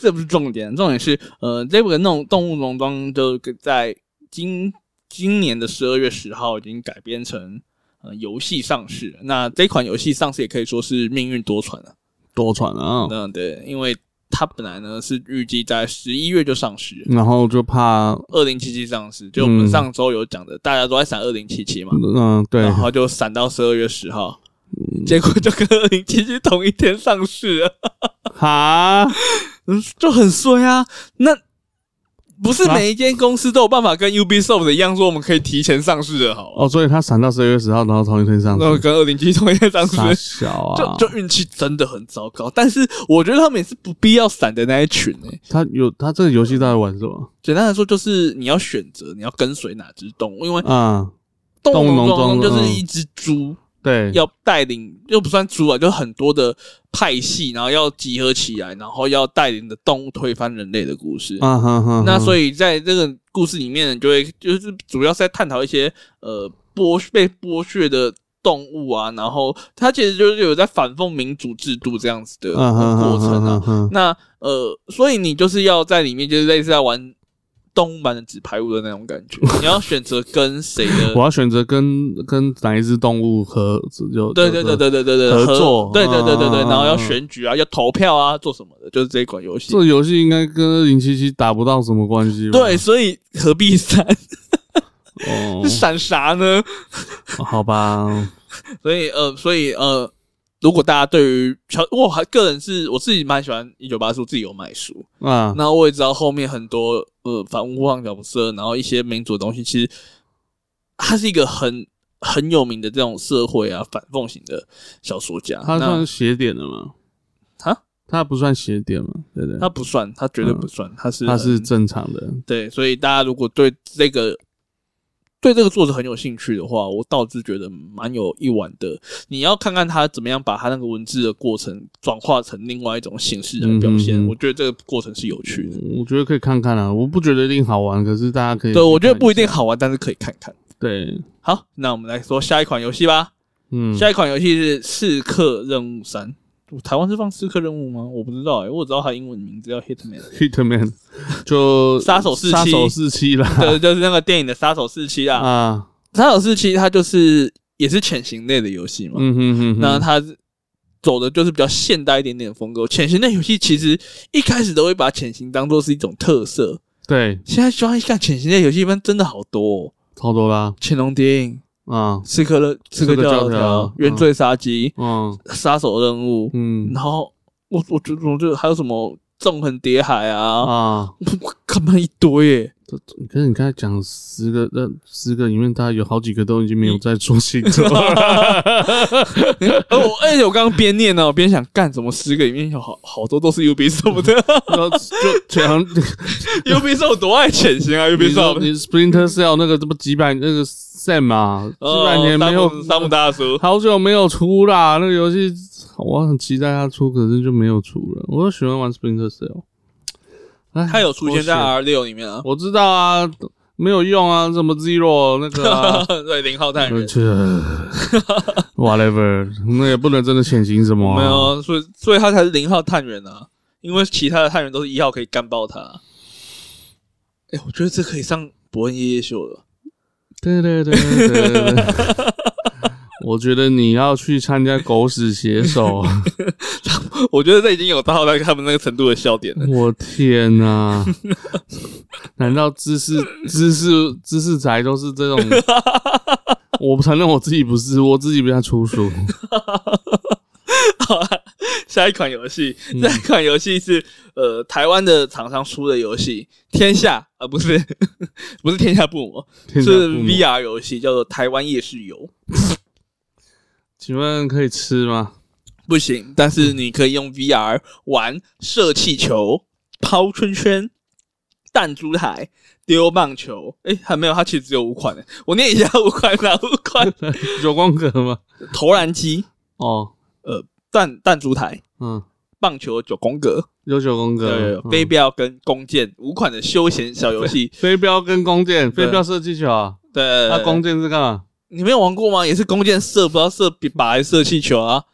这不是重点，重点是呃，这个弄动物农庄就在今今年的十二月十号已经改编成呃游戏上市了。那这款游戏上市也可以说是命运多舛了、多舛啊！嗯，对，因为它本来呢是预计在十一月就上市了，然后就怕，二零七七上市，就我们嗯上周有讲的，大家都在闪二零七七嘛，嗯，对然，后就闪到十二月十号，结果就跟二零七七同一天上市了，哈，嗯 [laughs] 就很衰啊。那啊不是每一间公司都有办法跟 Ubisoft 一样说我们可以提前上市的，好吧？哦，所以他闪到十二月十号，然后同一天上然后市，跟二零七七同一天上市傻，小啊嗯就！就运气真的很糟糕。但是我觉得他们也是不必要闪的那一群诶、他有他这个游戏到底玩什么？简单来说，就是你要选择你要跟随哪只动物，因为啊，动物动物农农庄庄就是嗯一只猪。对，要带领又不算猪啊，就很多的派系，然后要集合起来，然后要带领的动物推翻人类的故事。啊哈哈，那以所以在这个故事里面，就会就是主要是在探讨一些呃剥被剥削的动物啊，然后它其实就是有在反讽民主制度这样子的嗯哼过程啊。哼哼哼那呃，所以你就是要在里面，就是类似在玩动物版的纸牌屋的那种感觉，你要选择跟谁的我要选择跟跟哪一只动物合有对对对，对对对对，合作对对对对对，嗯嗯嗯然后要选举啊，要投票啊，做什么的，就是这一款游戏这。游戏应该跟零七七打不到什么关系吧？对，所以何必闪？，哦 [laughs] [laughs] 闪啥呢？好吧，所以呃，所以呃，如果大家对于乔，我还个人是我自己蛮喜欢一九八书，自己有买书，啊，那我也知道后面很多呃反乌方角色，然后一些民主的东西，其实他是一个很很有名的这种社会啊反讽型的小说家。他那算斜点的嘛？啊，他不算斜点嘛？对不对？他不算，他绝对不算，他是他嗯是很正常的，对，所以大家如果对这个对这个作者很有兴趣的话，我倒是觉得蛮有一玩的。你要看看他怎么样把他那个文字的过程转化成另外一种形式来表现，嗯嗯嗯我觉得这个过程是有趣的。我觉得可以看看啊。我不觉得一定好玩，可是大家可以对，我觉得去看不一定好玩，但是可以看看。对，好，那我们来说下一款游戏吧。嗯，下一款游戏是《刺客任务三》。台湾是放《刺客任务》吗？我不知道哎、我只知道它英文名字 [laughs] 叫 Hitman， [laughs] [laughs] Hitman 就杀手四七杀手四七啦，对，就是那个电影的《杀手四七》 [laughs] 啊。啊， 《杀手四七》它就是也是潜行类的游戏嘛。嗯哼哼哼，那它走的就是比较现代一点点的风格。潜行类游戏其实一开始都会把潜行当做是一种特色，对，现在喜欢看潜行类游戏，一般真的好多、哦，超多啦， 《潜龙谍影》啊《刺客的刺客客教教条》条《原罪杀机》嗯《杀手任务》嗯然后我我觉得我觉得还有什么《纵横叠海》啊，啊，我干嘛一堆耶、 [laughs] 可是你刚才讲十个，那十个里面，大概有好几个都已经没有在做星座 [laughs] 了。而我而且哦哎我刚刚边念呢，我边想干什么？十个里面有好好多都是 Ubisoft 的 [laughs] 然后就全，Ubisoft 多爱潜行啊比如说！Ubisoft 你 Splinter Cell 那个这么几百那个 Sam 啊，几百年没有哦，山姆大叔，好久没有出啦。那个游戏我很期待它出，可是就没有出了。我喜欢玩 Splinter Cell，哎他有出现在我 R 六里面啊写，[laughs] 我知道啊，没有用啊，什么 Zero 那个、 [laughs] 啊。对零号探呃人。 [laughs] 这 whatever，那也不能真的潜行什么、啊没，有，啊所以所以他才是零号探员啊，因为其他的探员都是一号可以干爆他。哎、我觉得这可以上伯恩夜夜秀了。对对对对对。 [laughs] 我觉得你要去参加狗屎写 [laughs] 手，我觉得这已经有到那个他们那个程度的笑点了。 [laughs] 我天哪、难道知识知识知识宅都是这种？我承认我自己不是，我自己比较粗俗。好啊下一款游戏，嗯下一款游戏是呃台湾的厂商出的游戏《天下》啊、不是 [laughs] 不是《天下不魔》，天下是父母 VR 游戏，叫做《台湾夜市游》。请问可以吃吗？不行，但是你可以用 VR 玩射气球、抛圈圈、弹珠台、丢棒球。诶，还没有，它其实只有五款诶。我念一下五款哪五款？有光哥吗？投篮机、哦，呃，弹弹珠台、嗯棒球九宫格，有九宫有有格嗯有，飞镖跟弓箭五款的休闲小游戏。飞镖跟弓箭，对呃飞镖射气球啊，对，那弓箭是干嘛？你没有玩过吗？也是弓箭射，不知道射靶还是射气球啊。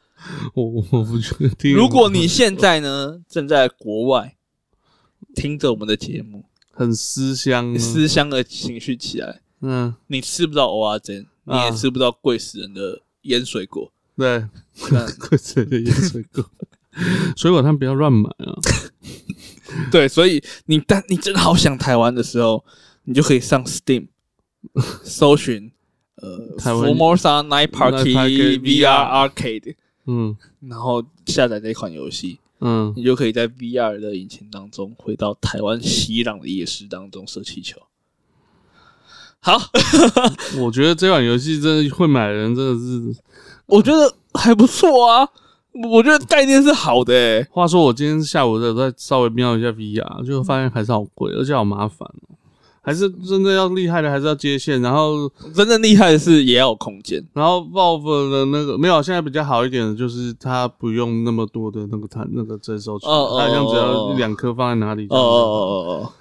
我我我不确定。如果你现在呢正在国外听着我们的节目，很思乡你呢，思乡的情绪起来，嗯，你吃不到欧阿珍，你啊也吃不到贵死人的腌水果。 [laughs] 对，贵死的盐水果，水果摊不要乱买啊。对，所以你但你真的好想台湾的时候，你就可以 [laughs] 上 Steam 搜寻呃台湾 Formosa Night Party Party VR Arcade，嗯然后下载这款游戏，嗯，你就可以在 VR 的引擎当中回到台湾熙攘的夜市当中射气球。好， [laughs] 我觉得这款游戏真的会买的人真的是。我觉得还不错啊，我觉得概念是好的、欸。话说我今天下午的再稍微瞄一下 VR，就发现还是好贵，而且好麻烦哦。还是真的要厉害的，还是要接线，然后真正厉害的是也要有空间，然后 Valve 的那个没有，现在比较好一点的就是它不用那么多的那个弹那个接收器，哦哦它好像只哦要哦一两颗放在哪里就哦好。哦哦哦哦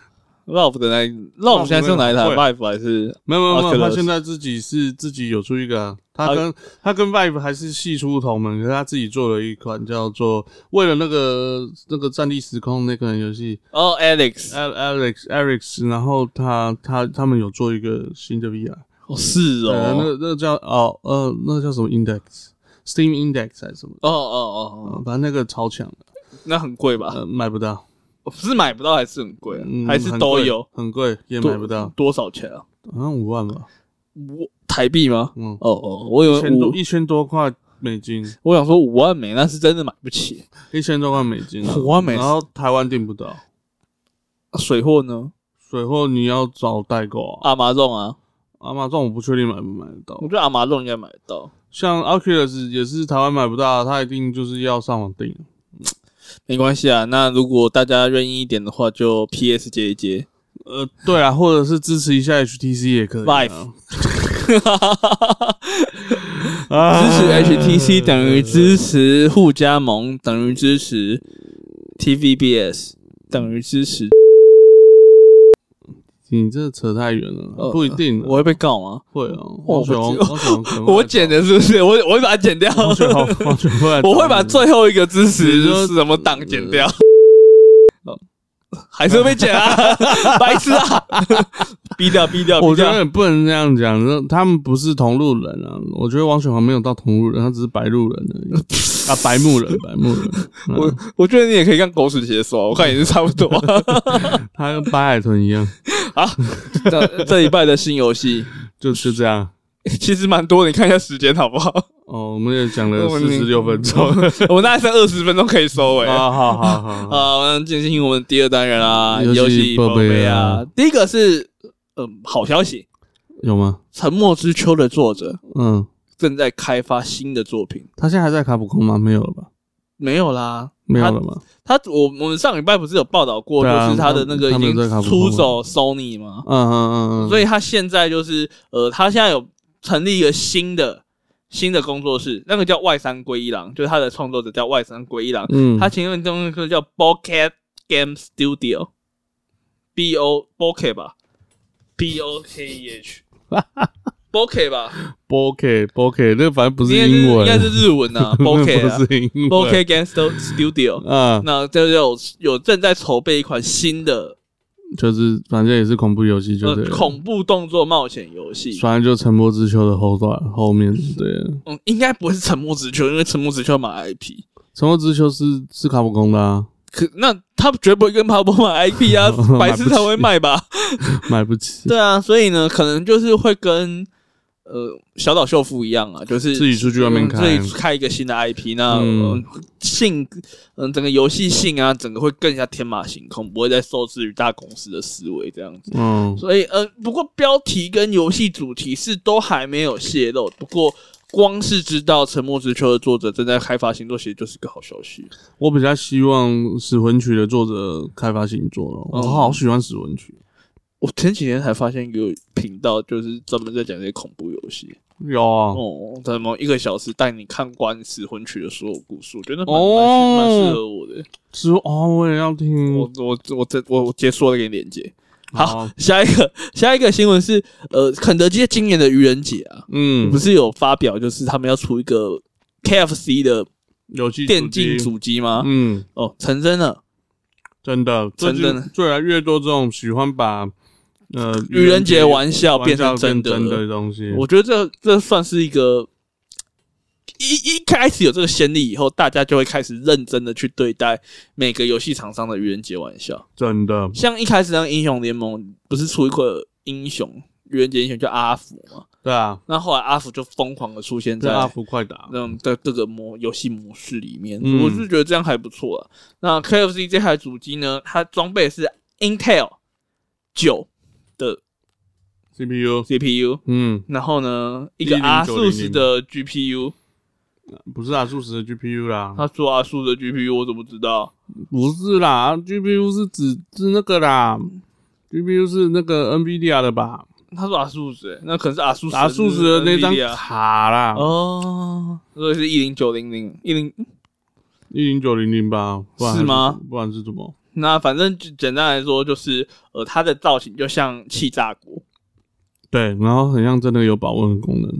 ，Valve 的那 Valve 现在是用哪一台会？Vive 还是没有没有没有， Oculus 他现在自己是自己有出一个啊、他啊跟他跟 Vive 还是系出同门，可是他自己做了一款叫做为了那个那个战地时空那款游戏哦，Alex， Al- Alex Alex，然后他他他们有做一个新的 VR，哦是呃，那哦，个那个叫哦呃那个叫什么 Index，Steam Index 还是什么的，哦哦哦，反正那个超强的，那很贵吧？呃，买不到。不是买不到还是很贵啊嗯，还是都有，很贵，很贵也多买不到，多少钱啊？好像五万吧，五台币吗？嗯，哦哦，我以一为千多五，一千多块美金，我想说五万美，那是真的买不起。一千多块美金啊，五万美然后台湾订不到，啊水货呢？水货你要找代购啊，阿玛仲啊，阿玛这种我不确定买不买得到我，觉得阿玛仲应该买得到。像 Oculus 也是台湾买不到，啊它一定就是要上网订，没关系啊，那如果大家愿意一点的话，就 PS 接一接。呃，对啊， [laughs] 或者是支持一下 HTC 也可以啊， Vive 啊支持 [laughs] HTC 等于支持互加盟，等于支持 TVBS，等于支持。你这扯太远了，呃不一定啊我会被告吗？会啊，我王雪红，不知王雪红可能会我剪的是不是？我我会把它剪掉，王雪红，王雪红来找 [laughs] 我会把你最后一个支你持说什么档剪掉。哦还是会被剪 [laughs] 啊，白痴啊！逼掉，逼掉，我逼觉得掉。也不能这样讲，那他们不是同路人啊。我觉得王雪红没有到同路人，他只是白路人而已 [laughs] 啊，白目人，白目人。嗯我我觉得你也可以跟狗屎写手啊，我看也是差不多啊。他跟白海豚一样，这这一拜的新游戏就就这样。其实蛮多，你看一下时间好不好？哦，我们也讲了我四明十六分钟 [laughs] 我们大概剩二十分钟可以收 [laughs] 尾。啊，好好好好，好，那进行我们第二单元啦，游戏游戏报报备备啊啊。第一个是，嗯，好消息，有吗？ 《沉默之秋》的作者嗯，正在开发新的作品。他现在还在卡普空吗？没有了吧？没有啦，没有了吗？他我我们上礼拜不是有报道过，对啊就是他的那个他已们经在卡普空出吗走 Sony 嘛，嗯嗯嗯嗯，所以以他现在就是呃，他现在有成立一个新的新的工作室，那个叫外山圭一郎，就是他的创作者叫外山圭一郎，嗯，他前面东西叫 Bokeh Game Studio，B O Bokeh 吧，B O K E [laughs] H。Bokeh 吧， bokeh bokeh，那反正不是应该英应文，该是日文啊，Bokeh [laughs] 啊不是英文。 ，Bokeh Game Studio，啊，那这就有有正在筹备一款新的就是反正也是恐怖游戏，就呃对了。恐怖动作冒险游戏。反正就《沉默之秋》的后段后面就对了。嗯，应该不会是《沉默之丘》，因为《沉默之丘》买 IP。沉默之丘是是卡普空的啊，，可那他绝不会跟跑步买 IP 啊 [laughs] 白痴才会卖吧？买不起，对啊，所以呢，可能就是会跟呃小岛秀夫一样啊，就是自己出去外面嗯开自己开一个新的 IP，那、嗯嗯、性嗯、整个游戏性啊，整个会更加天马行空，不会再受制于大公司的思维这样子。嗯，所以呃，不过标题跟游戏主题是都还没有泄露，不过。光是知道《沉默之丘》的作者正在开发新作，其实就是个好消息。我比较希望《死魂曲》的作者开发新作了，我嗯好喜欢《死魂曲我前几天才发现有频道就是专门在讲这些恐怖游戏，》，有啊，哦，怎么一个小时带你看完《死魂曲》的所有故事，我觉得蛮哦蛮适蛮适合我的。之后哦，我也要听。我我我这我我直接说了给你连接。好好，下一个下一个新闻是，呃，肯德基今年的愚人节啊，嗯不，是有发表，就是他们要出一个 KFC 的游戏电竞主机，主机吗？嗯，哦，成真了，真的，最真近的呢越来越多这种喜欢把呃愚人节玩笑玩变笑成变真的真了的嗯东西。我觉得这这算是一个一一开始有这个先例以后，大家就会开始认真的去对待每个游戏厂商的愚人节玩笑。真的，像一开始那个英雄联盟不是出一个英雄愚人节英雄叫阿福嘛？对啊，那后来阿福就疯狂的出现这在阿福快打，嗯，在这个模游戏模式里面，嗯我是觉得这样还不错啊。那 KFC 这台主机呢，它装备是 Intel 九的 CPU， CPU，嗯，然后呢，一个10900 R 数十的 GPU，不是啊，数十的 GPU 啦，他说 R 数十的 GPU，我怎么知道？不是啦，GPU 是指是那个啦，GPU 是那个 NVIDIA 的吧？他说 R 数十，那可能是 R 数十打数值的那张 NVIDIA 卡啦，哦，所以是一零九零零一零。一零九零零吧？不然是吗？不然是怎么？那反正就简单来说，就是呃，它的造型就像气炸锅， [laughs] 对，然后很像真的有保温的功能。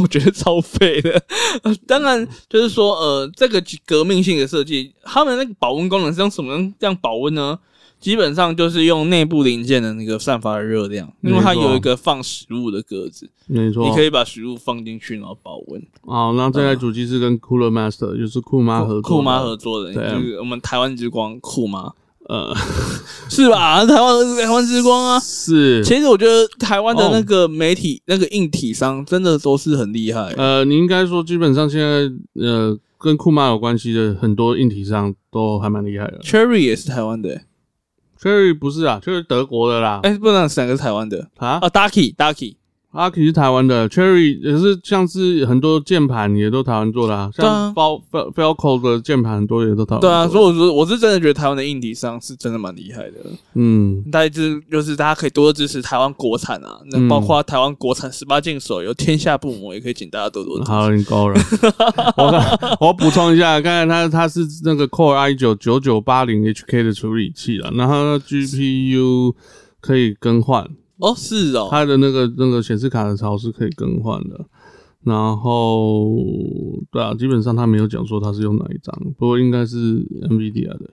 我觉得超废的。呃当然，就是说呃，这个革命性的设计，他们那个保温功能是用什么样保温呢？基本上就是用内部零件的那个散发的热量，因为它没错啊有一个放食物的格子，没错，啊你可以把食物放进去，然后保温。好，那这台主机是跟 Cooler Master，就是酷妈合作的，哦酷妈合作的，对啊就是我们台湾之光酷妈， [laughs] 呃是吧？台湾台湾之光啊。 [laughs] 是其实我觉得台湾的那个媒体、那个硬体商真的都是很厉害。呃，你应该说基本上现在呃跟酷妈有关系的很多硬体上都还蛮厉害的。 Cherry 也是台湾的、欸， Cherry 不是啊，Cherry 德国的啦，哎、不能两个是台湾的啊啊。Ducky Ducky，阿 K 是台湾的，Cherry 也是像是很多键盘也都台湾做的啊，对啊像 Fal Fal- Falco 的键盘很多也都台湾做对的。啊，所以我说我是真的觉得台湾的硬体商是真的蛮厉害的。嗯，大家就是就是大家可以多多支持台湾国产啊，那嗯包括台湾国产十八禁手游《天下不磨》，也可以请大家多多支持。好，你够 [laughs] 了。我我补充一下，刚才它它是那个 Core i 九九九八零 HK 的处理器了，然后它的 GPU 可以更换，哦，是哦，它的那个那个显示卡的槽是可以更换的。然后，对啊，基本上它没有讲说它是用哪一张，不过应该是 NVIDIA 的，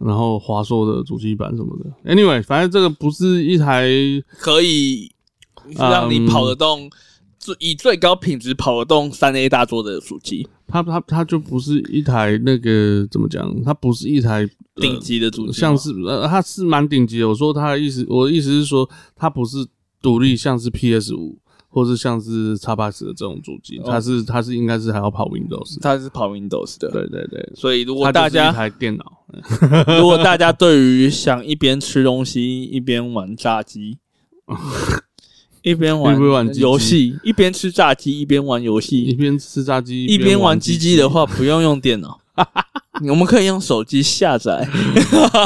然后华硕的主机板什么的。Anyway，反正这个不是一台可以让你跑得动，最以最高品质跑得动三 A 大作的主机，它它它就不是一台那个怎么讲，它不是一台呃顶级的主机嘛，像是呃，它是蛮顶级的。我说它的意思，我的意思是说，它不是独立，像是 PS 五或是像是 x box 的这种主机，哦它是它是应该是还要跑 Windows 的。它是跑 Windows 的，对对对，所以如它就是果大一家台电脑，嗯 [laughs] 如果大家对于想一边吃东西一边玩炸 [laughs] 鸡，一一边边玩玩鸡鸡游戏，一边吃炸鸡一边玩游一戏，边吃炸鸡一边玩鸡鸡鸡的，话，不用用电 [laughs] 脑。我们可以用手机下载，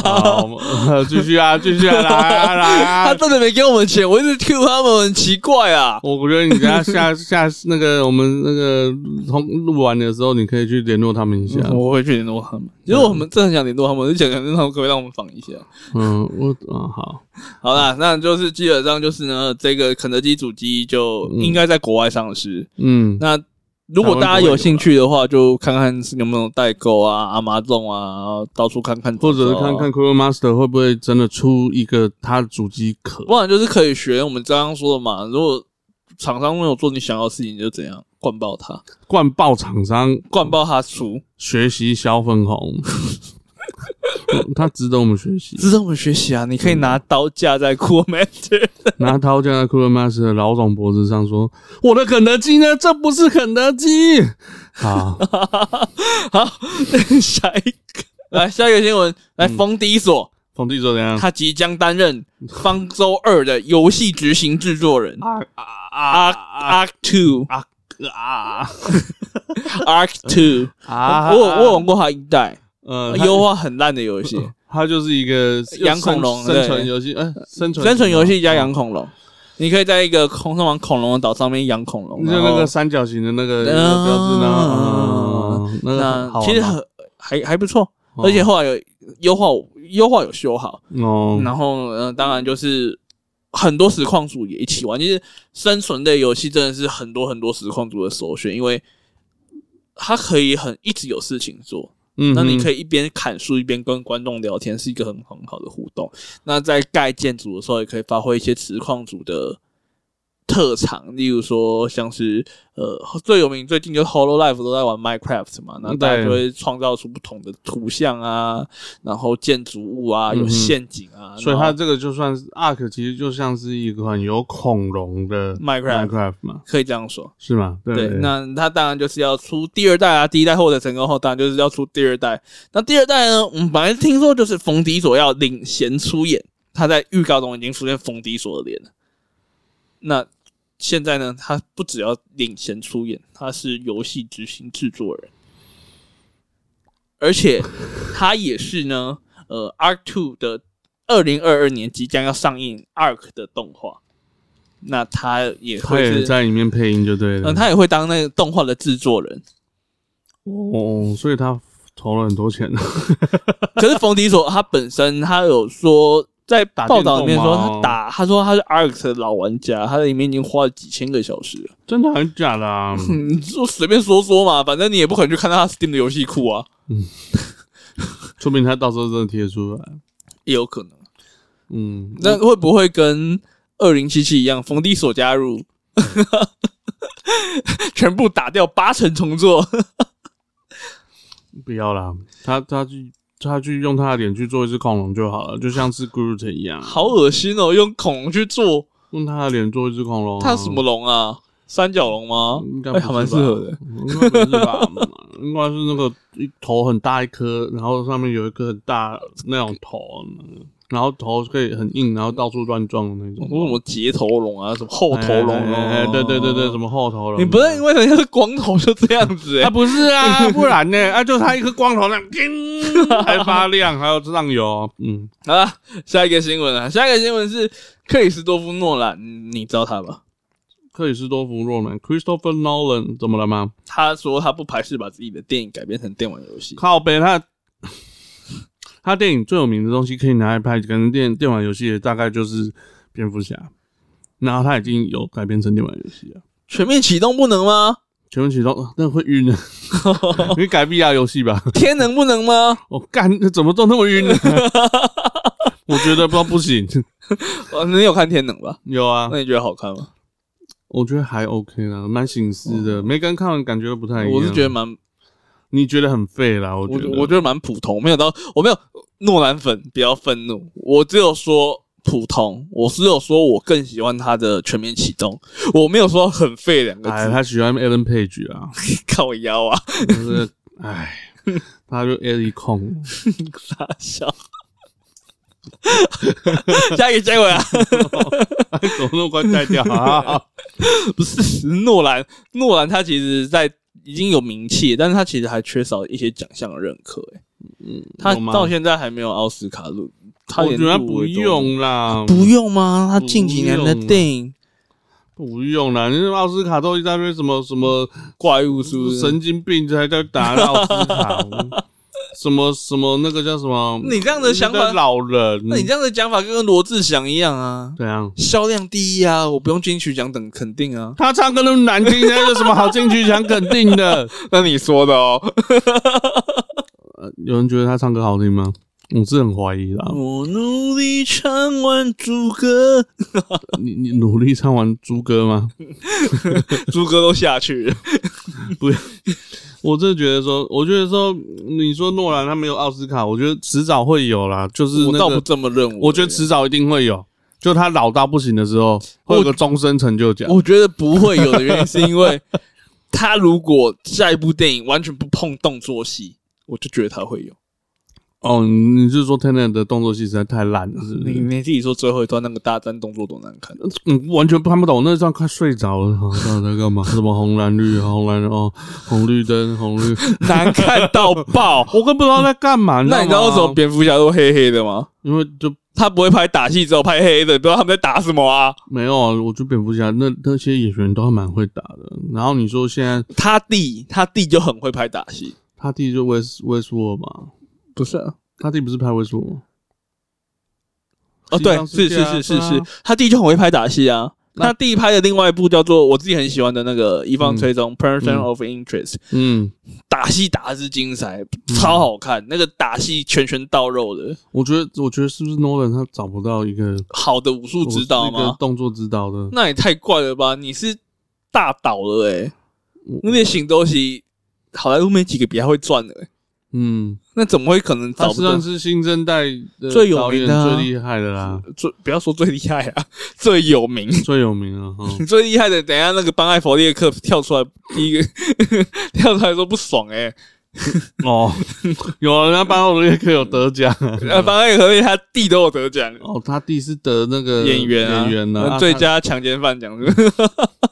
好，我们 [laughs] 呃继续 [laughs] 啊，继续啊，来啊来他啊！真的没给我们钱，我一直 Q 他们，很奇怪啊。我觉得你等下下下那个我们那个通录完的时候，你可以去联络他们一下。我会去联络他们。如果我们真的很想联络他们，就想想他们可不可以让我们访一下？嗯，我啊好，好啦，那就是基本上就是呢，这个肯德基主机就应该在国外上市。嗯，那如果大家有兴趣的话，就看看是有没有代购啊、阿妈众啊，到处看啊看，或者是看看，Cooler Master 会不会真的出一个它的主机壳。不然就是可以学我们刚刚说的嘛。如果厂商没有做你想要的事情，你就怎样灌爆他，灌爆厂商，灌爆他出，学习小粉 [laughs] 红，他值得我们学习。值得我们学习啊！你可以拿刀架在酷 m a t 拿刀架在 Cooler Master 的老总脖子上说：“我的肯德基呢？这不是肯德基。”好，好，下一个，来下一个新闻，来嗯冯迪索，冯弟说怎样？他即将担任《方舟二》的游戏执行制作人啊啊啊 Arc Arc Two 啊 Arc Two。啊！我我有玩过他一代，呃，优化很烂的游戏，他就是一个养恐龙生对存游戏，哎，生存生存游戏加养恐龙。你可以在一个空通往恐龙的岛上面养恐龙，就然那后个三角形的那个嗯标志呢，嗯那个好那玩其实吗很还还不错，哦而且后来有优化优化有修好，哦，然后呃，当然就是很多实况组也一起玩，其实生存类游戏真的是很多很多实况组的首选，因为它可以很一直有事情做，嗯哼，那你可以以一边砍树一边跟观众聊天，是一个很很好的互动。那在盖建筑的时候，也可以发挥一些实况组的特长，例如说像是呃最有名最近就是 Hollow Life 都在玩 Minecraft 嘛，那大家对就会创造出不同的图像啊，然后建筑物啊，嗯有哼陷阱啊，所以然后它这个就算是 Ark，其实就像是一款有恐龙的 Minecraft Minecraft 嘛，可以这样说。是吗？对对，那他当然就是要出第二代啊，第一代获得成功后，当然就是要出第二代。那第二代呢，我嗯们本来听说就是冯迪索要领衔出演，他在预告中已经出现冯迪索的脸了。那现在呢，他不只要领衔出演，他是游戏执行制作人，而且他也是呢， [laughs] 呃，Arc Two 的二零二二年即将要上映 Arc 的动画。那他也他会也是在里面配音就对了。嗯，他也会当那个动画的制作人。哦，所以他投了很多钱。可是冯迪索他本身他有说，在报道里面说打电动吗他打，他说他是 ARK 的老玩家，他在里面已经花了几千个小时了。 [laughs] 真的很假的 [laughs] 啊？嗯，你就随便说说嘛，反正你也不可能去看到他 Steam 的游戏库啊，说明他到时候真的贴出来。也有可能。嗯，那会不会跟二零七七一样，冯迪索加入， [laughs] 全部打掉八成重做？不要啦，他他去他去用他的脸去做一只恐龙就好了，就像是 Groot 一样，啊好恶心哦！用恐龙去做，用他的脸做一只恐龙、啊。它有什么？龙啊？三角龙吗？应该嗯不哎、是吧还蛮适合的。应该不是吧？ [laughs] 应该是那个一头很大一颗，然后上面有一颗很大那种头，然后头可以很硬，然后到处乱撞的那种。说什么截头龙啊，什么后头龙哎哎哎啊，哎对对对对，什么后头龙？你不是因为人家是光头就这样子啊，哎，不是啊，不然呢？啊，就他一颗光头那样，叮还发亮，还有上游，嗯，好啦，下一个新闻啊，下一个新闻是克里斯多夫诺兰，嗯你知道他吧？克里斯多夫·诺兰 （Christopher Nolan） 怎么了吗？他说他不排斥把自己的电影改编成电玩游戏，靠北，他他电影最有名的东西可以拿来拍，跟电电玩游戏的大概就是蝙蝠侠，然后他已经有改编成电玩游戏了。全面启动不能吗？全面启动，呃那会晕的。你改 VR 游戏吧？天能不能吗？我、干，怎么都那么晕呢？我觉得不不行。哦，你有看天能吧？有啊，那你觉得好 [laughs] 看吗？我觉得还 OK 啦，蛮醒思的。每个人看完感觉都不太一样。哦我是觉得蛮，你觉得很废啦，我我觉得。我觉得蛮普通，没有到我没有诺兰粉，不要愤怒，我只有说普通，我只有说我更喜欢他的全面启动，我没有说很废两个字。哎，他喜欢 Alan Page 啊，靠腰啊，就是 [laughs] 哎，他就 Ellie 控。 [laughs] 傻笑。下一个结尾啊，怎么那么快带掉啊？不是诺兰，诺兰他其实在已经有名气，但是他其实还缺少一些奖项的认可、欸。他嗯有吗到现在还没有奥斯卡入， [laughs] 他我连觉得入不围都用啊啦，不用吗？他近几年的啊电影不用啦，你那奥斯卡都一大堆什么什么怪物是不是？神经病才在打奥斯 [laughs] 卡，什么什么那个叫什么？你这样的想法那个老人，那你这样的讲法就跟罗志祥一样啊，怎样？销量第一啊，我不用金曲奖等肯定啊。他唱歌那么难听，那有什么好进去想肯定的？那你说的哦，呃有人觉得他唱歌好听吗？我是很怀疑的啊。我努力唱完主歌， [laughs] 你你努力唱完猪歌吗？猪哥都下去了。我真的觉得说，我觉得说，你说诺兰他没有奥斯卡，我觉得迟早会有啦。就是我那倒个不这么认为，我觉得迟早一定会有，就他老到不行的时候，会有个终身成就奖。我觉得不会有的原因是因 [laughs] 为他如果下一部电影完全不碰动作戏，我就觉得他会有。哦，你是说 Tenet 的动作戏实在太烂了，是不你是？你自己说最后一段那个大战动作多难看，嗯，完全看不懂，那段快睡着了。好，到底在 [laughs] 干嘛？什么红蓝绿，红蓝哦，红绿灯，红 [laughs] 绿，。难看到爆我根本不知道在干嘛。 [laughs] 那你知道为什么吗？蝙蝠侠都黑黑的吗？因为就他不会拍打戏，只有拍黑的，不知道他们在打什么啊。没有啊，我就蝙蝠侠那那些演员都还蛮会打的。然后你说现在他弟，他弟就很会拍打戏，他弟就 West Westworld 嘛，不是、啊？他弟不是拍 Westworld 吗？哦，对，西是是方世界是啊是对啊是，他弟就很会拍打戏啊。那他弟拍的另外一部叫做我自己很喜欢的那个《一方嗯追踪》（Person 嗯 of Interest），嗯，打戏打的是精彩，超好看，那个打戏拳拳到肉的，我觉得我觉得是不是 Nolan 他找不到一个好的武术指导一个吗？动作指导的，那也太怪了吧！你是大导了诶、我那些行东西，好莱坞没几个比他会赚的、欸，嗯，那怎么会可能他找实不际到上？是新生代的最有导名演的啊最厉害的 [laughs] 啦，最不要说最厉害啊，最有名。最有名啊，哈，最厉害的，等一下那个班艾佛列克跳出来，第一个跳出来说不爽 [laughs] 哎、哦，有啊，人家班奥列克有得奖 [laughs] 啊，呃，班艾佛列克他弟都有得奖，哦，他弟是得那个演员啊，呃演员呢、呃啊，最佳强奸犯奖，是不 [laughs] 是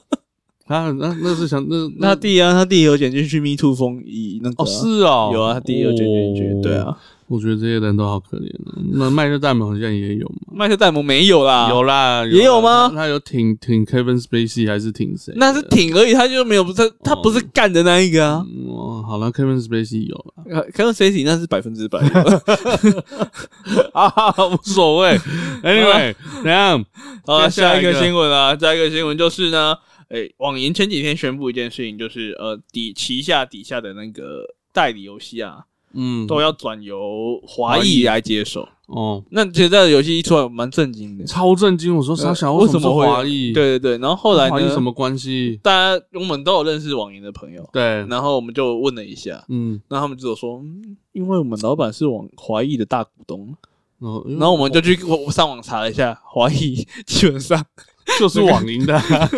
他他那那是想那他弟啊，他弟有剪进去 Me Too 风衣那个哦啊、是哦，有啊，他弟有剪进去，哦对啊，，我觉得这些人都好可怜、啊。那麦克戴蒙好像也有嘛，麦克戴蒙没有啦，啊有啦，也有啦吗他他有挺挺 Kevin Spacey 还是挺谁的？那是挺而已，他就没有他他不哦是干的那一个啊。嗯哦，好了，Kevin Spacey 有了呃 Kevin Spacey 那是百分之百， [laughs] 啊，无所谓。Anyway，怎 [laughs] 啊样？好啊，下下一一个个新闻啊，下一个新闻就是呢，诶、网银前几天宣布一件事情，就是呃，底旗下底下的那个代理游戏啊，嗯，都要转由华裔来接手。哦，那其实这个游戏一出来，我蛮震惊的。超震惊！我说傻小，呃为什么会是华裔？，对对对，然后后来华呢裔？什么关系？大家我们都有认识网银的朋友，对，然后我们就问了一下，嗯，然后他们就有说，嗯因为我们老板是网华裔的大股东，然后然后我们就去我我上网查了一下，华裔基本上就是网银的 [laughs] 啊，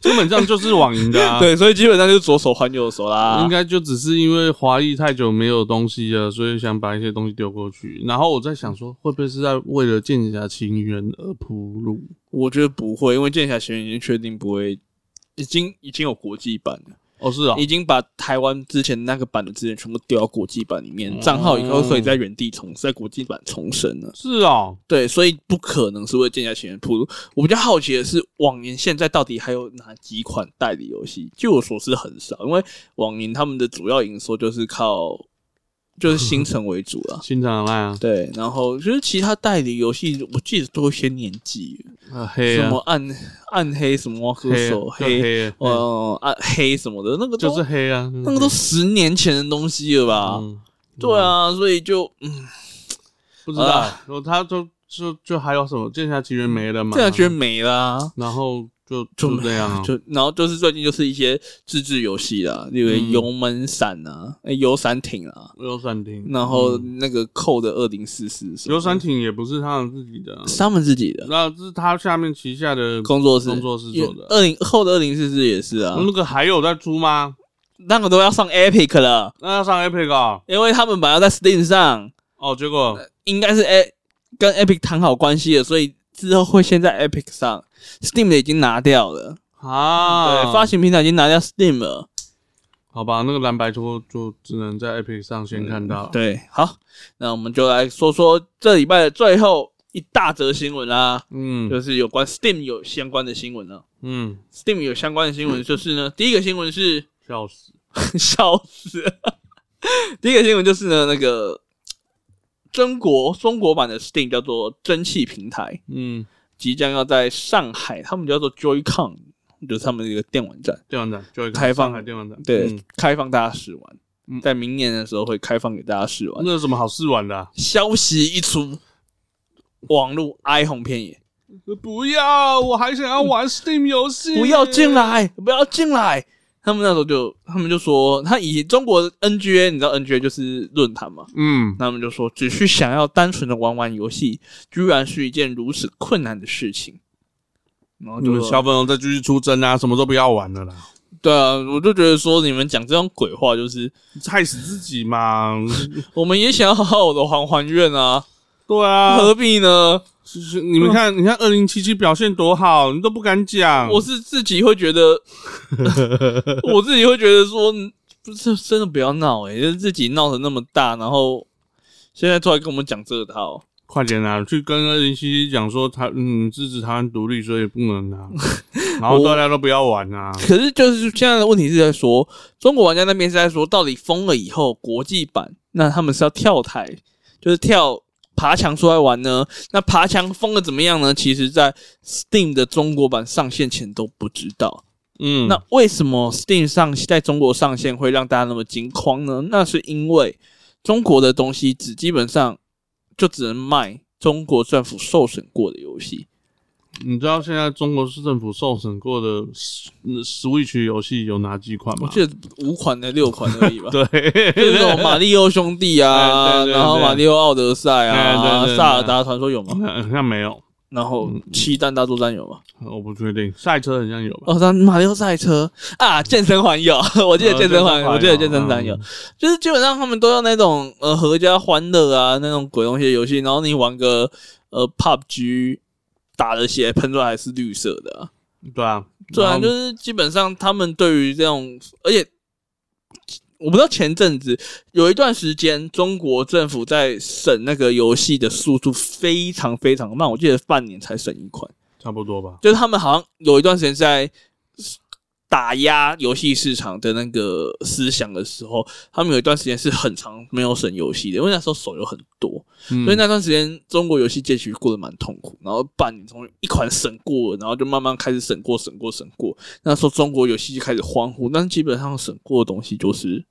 基本上就是网银 [laughs] 的啊。对，所以基本上就是左手还右手啦。应该就只是因为华裔太久没有东西了，所以想把一些东西丢过去。然后我在想说，会不会是在为了《剑侠情缘》而铺路？我觉得不会，因为《剑侠情缘》已经确定不会，已经已经有国际版了，哦，是啊、已经把台湾之前那个版的资源全部丢到国际版里面嗯，账号以后可以在原地重在国际版重生了。是啊、。对，所以不可能是为《剑侠情缘》铺路。我比较好奇的是，网银现在到底还有哪几款代理游戏？据我所知，很少，因为网银他们的主要营收就是靠就是新城为主啦 [laughs] 新长烂啊，对，然后就是其他代理游戏，我记得都有一些年纪了。呃黑什啊么，暗暗黑什么歌黑手就黑黑啊，嗯呃暗黑什么的，那个都就是黑啊，那个都十年前的东西了吧？嗯对啊，所以就嗯，不知道，然后他就就就还有什么《剑侠情缘》没了嘛？这样觉得没啦、然后就就就这样啊，就然后就是最近就是一些自制游戏啦，例如嗯油门伞啊、诶游伞艇啊，游山艇，然后嗯那个扣的二零四四，游山艇也不是他们自己的啊，是他们自己的那是他下面旗下的工作室工作室做的。嗯二零后的二零四四也是啊，那个还有在出吗？那个都要上 Epic 了，那要上 Epic 啊？因为他们本来要在 Steam 上。哦，结果应该是 A 跟 Epic 谈好关系了，所以之后会先在 Epic 上，Steam 的已经拿掉了，啊，对，发行平台已经拿掉 Steam 了，好吧，那个蓝白拖就只能在 Epic 上先看到。，嗯对，好，那我们就来说说这礼拜的最后一大则新闻啦，嗯就是有关 Steam 有相关的新闻了。嗯， Steam 有相关的新闻就是呢，第一个新闻是 [laughs] 笑死，笑死 [laughs] 了。第一个新闻就是呢，那个中国中国版的 Steam 叫做蒸汽平台，嗯，即将要在上海，他们叫做 Joycon，就是他们的一个电玩展，电玩展就一个开放上海电玩展，对，嗯开放大家试玩，嗯在明年的时候会开放给大家试玩。那有什么好试玩的啊？消息一出，网络哀鸿遍野，不要，我还想要玩 Steam 游戏，不要进。来，不要进来。他们那时候就，他们就说，他以中国 NGA，你知道 NGA 就是论坛嘛，嗯，那他们就说，只是想要单纯的玩玩游戏，居然是一件如此困难的事情。然后你就们嗯小粉红再继续出征啊，什么都不要玩了啦，对啊，我就觉得说你们讲这种鬼话，就是害死自己嘛。 [laughs] 我们也想要好好的还还愿啊，对啊，何必呢？是是你们看，你看二零七七表现多好，你都不敢讲。我是自己会觉得，我自己会觉得说，嗯不欸是真的不要闹诶、就是自己闹得那么大，然后现在突然跟我们讲这套，快点啊，去跟二零七七讲说台，嗯，支持台湾独立，所以不能 [laughs] 啊，然后大家都不要玩啊。可是就是现在的问题是在说，中国玩家那边是在说，到底封了以后国际版，那他们是要跳台，就是跳爬墙出来玩呢？那爬墙封了怎么样呢？其实，在 Steam 的中国版上线前都不知道。嗯，那为什么 Steam 上在中国上线会让大家那么惊慌呢？那是因为中国的东西只基本上就只能卖中国政府受审过的游戏。你知道现在中国市政府受审过的 S- 嗯 Switch 游戏有哪几款我吗？记得五款的六款而 [laughs] 已吧。对，就是那种马里奥兄弟哎对对啊，对然后马里奥奥德赛哎对啊对，对嗯萨尔达传说有吗？好像没有，然后七弹大作战有吗？我不确定。赛车好像有吧？哦，他马里奥赛车啊，健身环有， [laughs] 我记得健身环，呃我记得健身环有，嗯就是基本上他们都要那种呃合家欢乐啊那种鬼东西的游戏，然后你玩个呃 PUBG，打的血喷出来还是绿色的啊、对啊，对啊，然后就是基本上他们对于这种，而且我不知道前阵子有一段时间，中国政府在审那个游戏的速度非常非常慢，我记得半年才审一款，差不多吧。就是他们好像有一段时间在打压游戏市场的那个思想的时候，他们有一段时间是很长没有审游戏的，因为那时候手游很多，嗯所以那段时间中国游戏界其实过得蛮痛苦，然后半年从一款审过了，然后就慢慢开始审过、审过、审过。那时候中国游戏就开始欢呼，但是基本上审过的东西就是，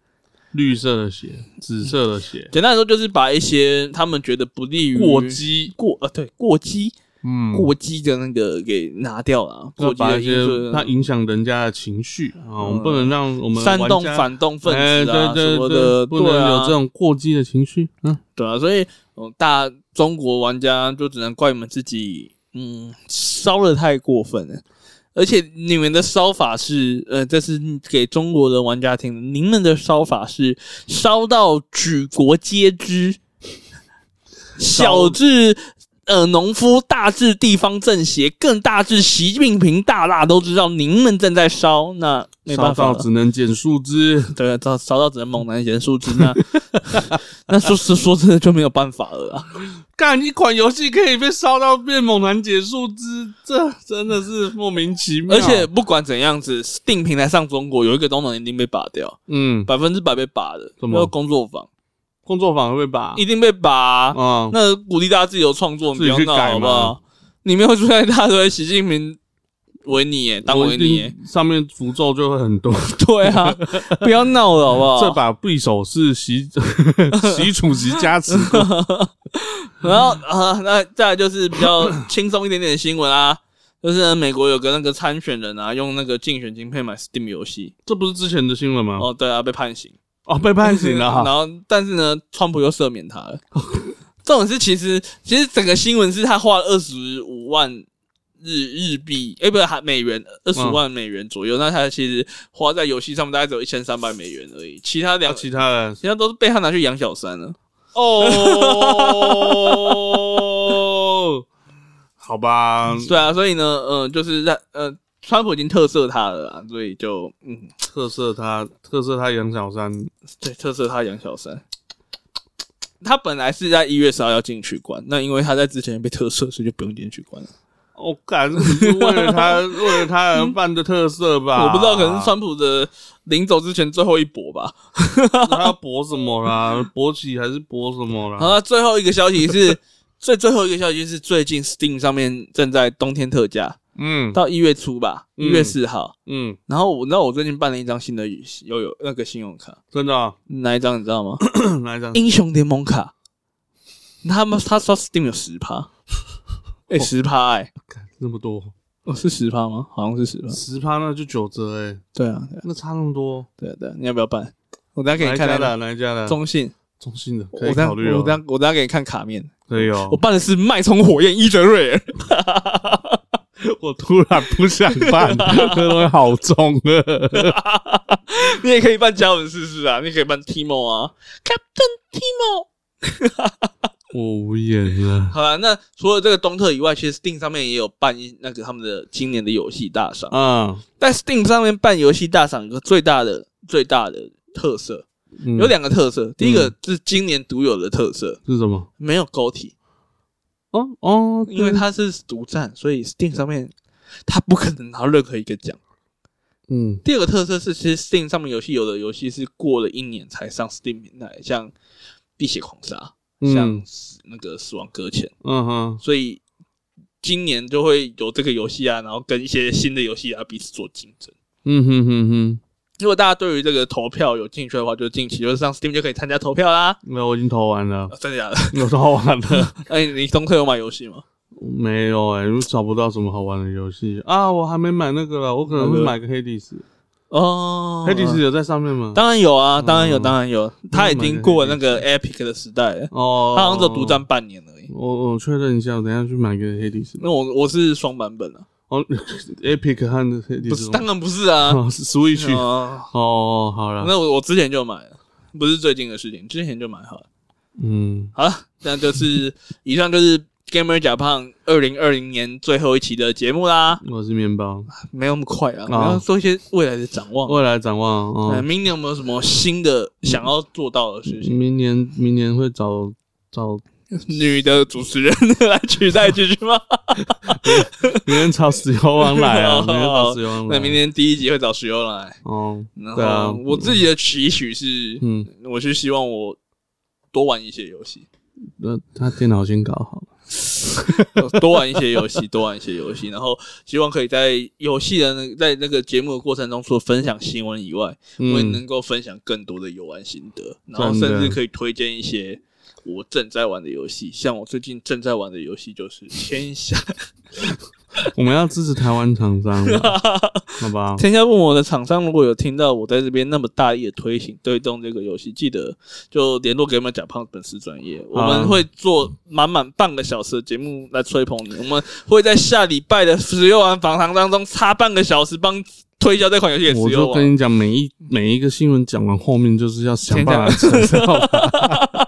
绿色的血，紫色的血，简单来说就是把一些他们觉得不利于过激，过呃对过激嗯，过激的那个给拿掉了，过激把的一因些素它影响人家的情绪啊，我们不能让我们煽玩动家反动分哎子啊、对对什么对的，不对能啊有这种过激的情绪。嗯，对啊，所以嗯，大中国玩家就只能怪你们自己，嗯，烧的太过分了。而且你们的烧法是，呃，这是给中国的玩家听的。你们的烧法是烧到举国皆知，小至呃农夫，大至地方政协，更大至习近平大大都知道您们正在烧。那没办法烧了到只能捡树枝。对，烧烧到只能猛男咸树枝，那 [laughs] 那说实说真的就没有办法了啊啦。干一款游戏可以被烧到变猛男解树枝，这真的是莫名其妙。而且，不管怎样子，Steam 平台上中国有一个功能一定被拔掉，嗯，百分之百被拔的，什么那个工作坊工作坊会被把一定被拔啊、啊，那鼓励大家自由创作，自你不己要去闹改好不嘛好？里面会出现一大堆习近平维尼耶，当我维一尼耶， [laughs] 定上面符咒就会很多。对啊，不要闹了好不好？这把匕首是 [laughs] 习习主席加持过， [laughs] 然后啊、那再来就是 [coughs] 比较轻松一点点的新闻啊，就是呢美国有个那个参选人啊，用那个竞选金配买 Steam 游戏，这不是之前的新闻吗？哦，对啊，被判刑，哦，被判刑了 [laughs] 哈。然后但是呢，川普又赦免他了。 [laughs] 这种事其实其实整个新闻是他花了二十五万日日币，哎、不是还美元，二十五万美元左右。那他其实花在游戏上面大概只有一千三百美元而已，其他两其他 [laughs] 人其他都是被他拿去养小三了。哦， [laughs] 好 [laughs] 吧，对啊，所以呢，呃，就是在呃，川普已经特赦他了啦，所以就嗯，特色他特色他杨小三，对，特赦他养小三。他本来是在一月十号要进去关，那因为他在之前被特赦，所以就不用进去关了。我感这不哦是为了他为了他而办的特色吧？我不知道，可能是川普的临走之前最后一搏吧。他博什么啦？博起还是博什么好啦？了，最后一个消息是 [laughs] 最最后一个消息是最近 Steam 上面正在冬天特价，嗯到一月初吧，一嗯月四号。嗯，然后我，那我最近办了一张新的有有那个信用卡，真的啊 [clears throat] 哪一张你知道吗？哪一张？英雄联盟卡，他们他说 Steam 有十趴，哎十趴哎，干那么多哦是十趴吗？好像是十趴。十趴那就九折哎，对啊对啊那差那么多，对啊对啊，你要不要办？我等下给哪你一看家那的？个哪一家的？中信，中信的我可以等下考虑我等哦，下我等下给你看卡面。可以哦我。办的是脉冲火焰伊泽瑞 [laughs] 尔，我突然不想办，这东西好重了。你也可以办嘉文试试啊，你也可以办 Timo 啊，Captain Timo。我无言了。好了，那除了这个东特以外，其实 Steam 上面也有办一那个他们的今年的游戏大赏。啊，在 Steam 上面办游戏大赏有个最大的最大的特色，嗯有两个特色，第一个是今年独有的特色，是什么？没有勾体，哦哦，因为它是独嗯占，所以 Steam 上面它不可能拿到任何一个奖。嗯第二个特色是，其实 Steam 上面游戏有的游戏是过了一年才上 Steam 平台，像《碧血狂杀》、像嗯死那个《死亡搁浅》，嗯哼，所以今年就会有这个游戏啊，然后跟一些新的游戏啊彼此做竞争。嗯哼哼哼，如果大家对于这个投票有兴趣的话，就近期就是上 Steam 就可以参加投票啦。那我已经投完了 [laughs] 啊，真的假 [laughs] 的？有投完 [laughs] 了，哎，你东特有买游戏吗？没有哎、因为找不到什么好玩的游戏啊，我还没买那个了，我可能那会个买个黑帝斯，哦，黑帝斯有在上面吗？当然有啊，当然有，嗯当然有。他已经过了那个 Epic 的时代了，哦，他好像只有独占半年而已。我我确认一下，我等一下去买个黑帝斯。那我我是双版本啊，哦 [laughs] ，Epic 和黑帝不斯是，吗当然不 [laughs] 是啊。哦是，Switch 哦哦，好了，那我我之前就买了，不是最近的事情，之前就买好了。嗯，好了，那就是以上就是 Gamer 假胖二零二零年最后一期的节目啦。我是面包，没有那么快哦啊，我们要做一些未来的展望。未来展望呃，哦，明年有没有什么新的想要做到的事情？明年明年会找找，女的主持人 [laughs] 来取代继续吗？明年找石油王来啊， [laughs] 哦明年找石油王来，那明年第一集会找石油来。哦，然对啊后我自己的期许是，嗯，我是希望我多玩一些游戏，那他电脑先搞好，多玩一些游戏，多玩一些游戏。然后希望可以在游戏的那在那个节目的过程中，除了分享新闻以外， [laughs] 我也嗯能够分享更多的游玩心得，然后真甚的至可以推荐一些。我正在玩的游戏，像我最近正在玩的游戏就是《天下》我们要支持台湾厂 [laughs] 商，好吧？天下父母的厂商如果有听到我在这边那么大力的推行推动这个游戏，记得就联络给我们甲胖粉丝专业，我们会做满满半个小时的节目来吹捧你。我们会在下礼拜的十六晚访谈当中插半个小时帮推销这款游戏给我十六就跟晚。你讲，每一每一个新闻讲完，后面就是要想办法承受。 [laughs]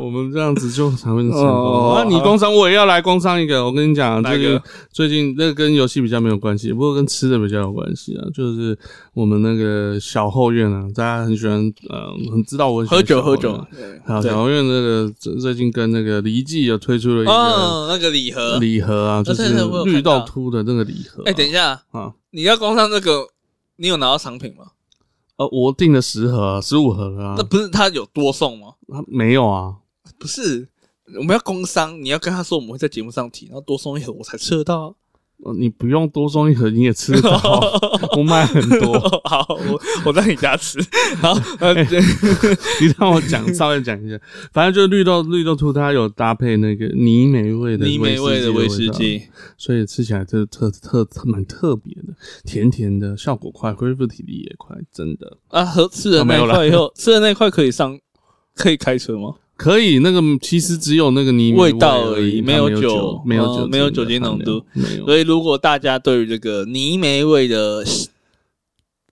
我们这样子就才会成功。哦那你工商我也要来工商一个。我跟你讲，哪这一个个最近那个跟游戏比较没有关系，不过跟吃的比较有关系啊。就是我们那个小后院啊，大家很喜欢，呃，很知道我很喜欢喝酒小后喝院酒啊。，好，小后院那个最最近跟那个黎记有推出了一个哦，那个礼盒。哦礼盒啊，就是对对我有绿看到豆秃的那个礼盒啊。哎，等一下，啊，你要光上这个，你有拿到商品吗？呃，我订了十盒、十五盒啊那，不是他有多送吗？啊没有啊，不是，我们要工商，你要跟他说我们会在节目上提，然后多送一盒我才吃得到啊。呃你不用多送一盒，你也吃得 [laughs] 到。我买很多，哎好，我我在你家吃。好，呃，对你让我讲，稍微讲一下。反正就是绿豆绿豆兔，它有搭配那个泥煤味的泥煤味的威威士士忌，忌，所以吃起来就特特特蛮特别的，甜甜的，效果快，恢复体力也快，真的啊，和吃了啊没那有一块以后，吃了那一块可以上，可以开车吗？可以。那个其实只有那个泥煤味道而而已已，没没有酒酒，没有哦酒，没有酒精浓度，没有。所以如果大家对于这个泥煤味的喜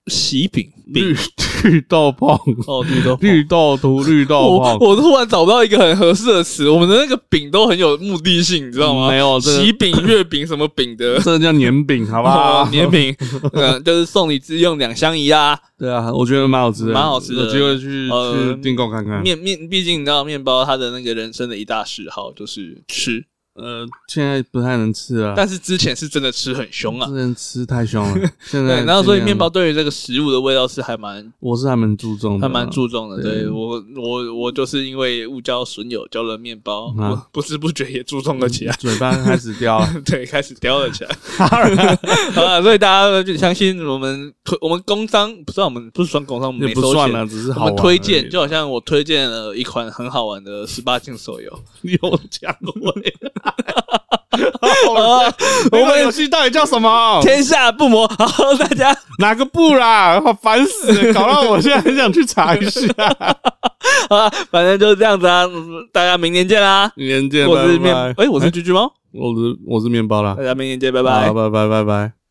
喜饼绿绿豆碰，哦，绿豆绿豆涂，绿豆我碰。我突然找不到一个很合适的词，我们的那个饼都很有目的性，你知道吗？嗯没有这个喜饼、月饼什么饼 [laughs] 的，这个叫年饼，好不好？ [laughs] 哦年饼，嗯，就是送礼自用两相宜啊。对啊，我觉得蛮好吃的，蛮好吃的有机会去呃去订购看看。面面，毕竟你知道，面包它的那个人生的一大嗜好就是吃，呃，现在不太能吃了，但是之前是真的吃很凶啊之。前吃太凶了，[laughs] 现在对，然后所以尽量面包对于这个食物的味道是还蛮我是还蛮注重的还啊，蛮注重的。对对我我我就是因为误交损友交了面包，啊我不知不觉也注重了起来。嘴巴开始掉了。对，开始叼了 [laughs] 起来。 [laughs] 好了，所以大家就相信我们推我们工商，不算我们不是算工商，我们也 [laughs] 没不收算钱。了，只是我好们玩推而荐已就好像我推荐了一款很好玩的十八禁手游，有讲味。 [laughs] 啊我我们们游戏到底叫什 [laughs] 么？天下不磨。好，大家哪个部啦？好烦死了，搞到我现在很想去查 [laughs] 一下。好啦，反正就是这样子啊，嗯大家明天见啦。明天见，我是拜面，拜哎、我是橘橘猫，我是我是面包啦大。家明天见，拜拜拜拜。拜拜拜拜。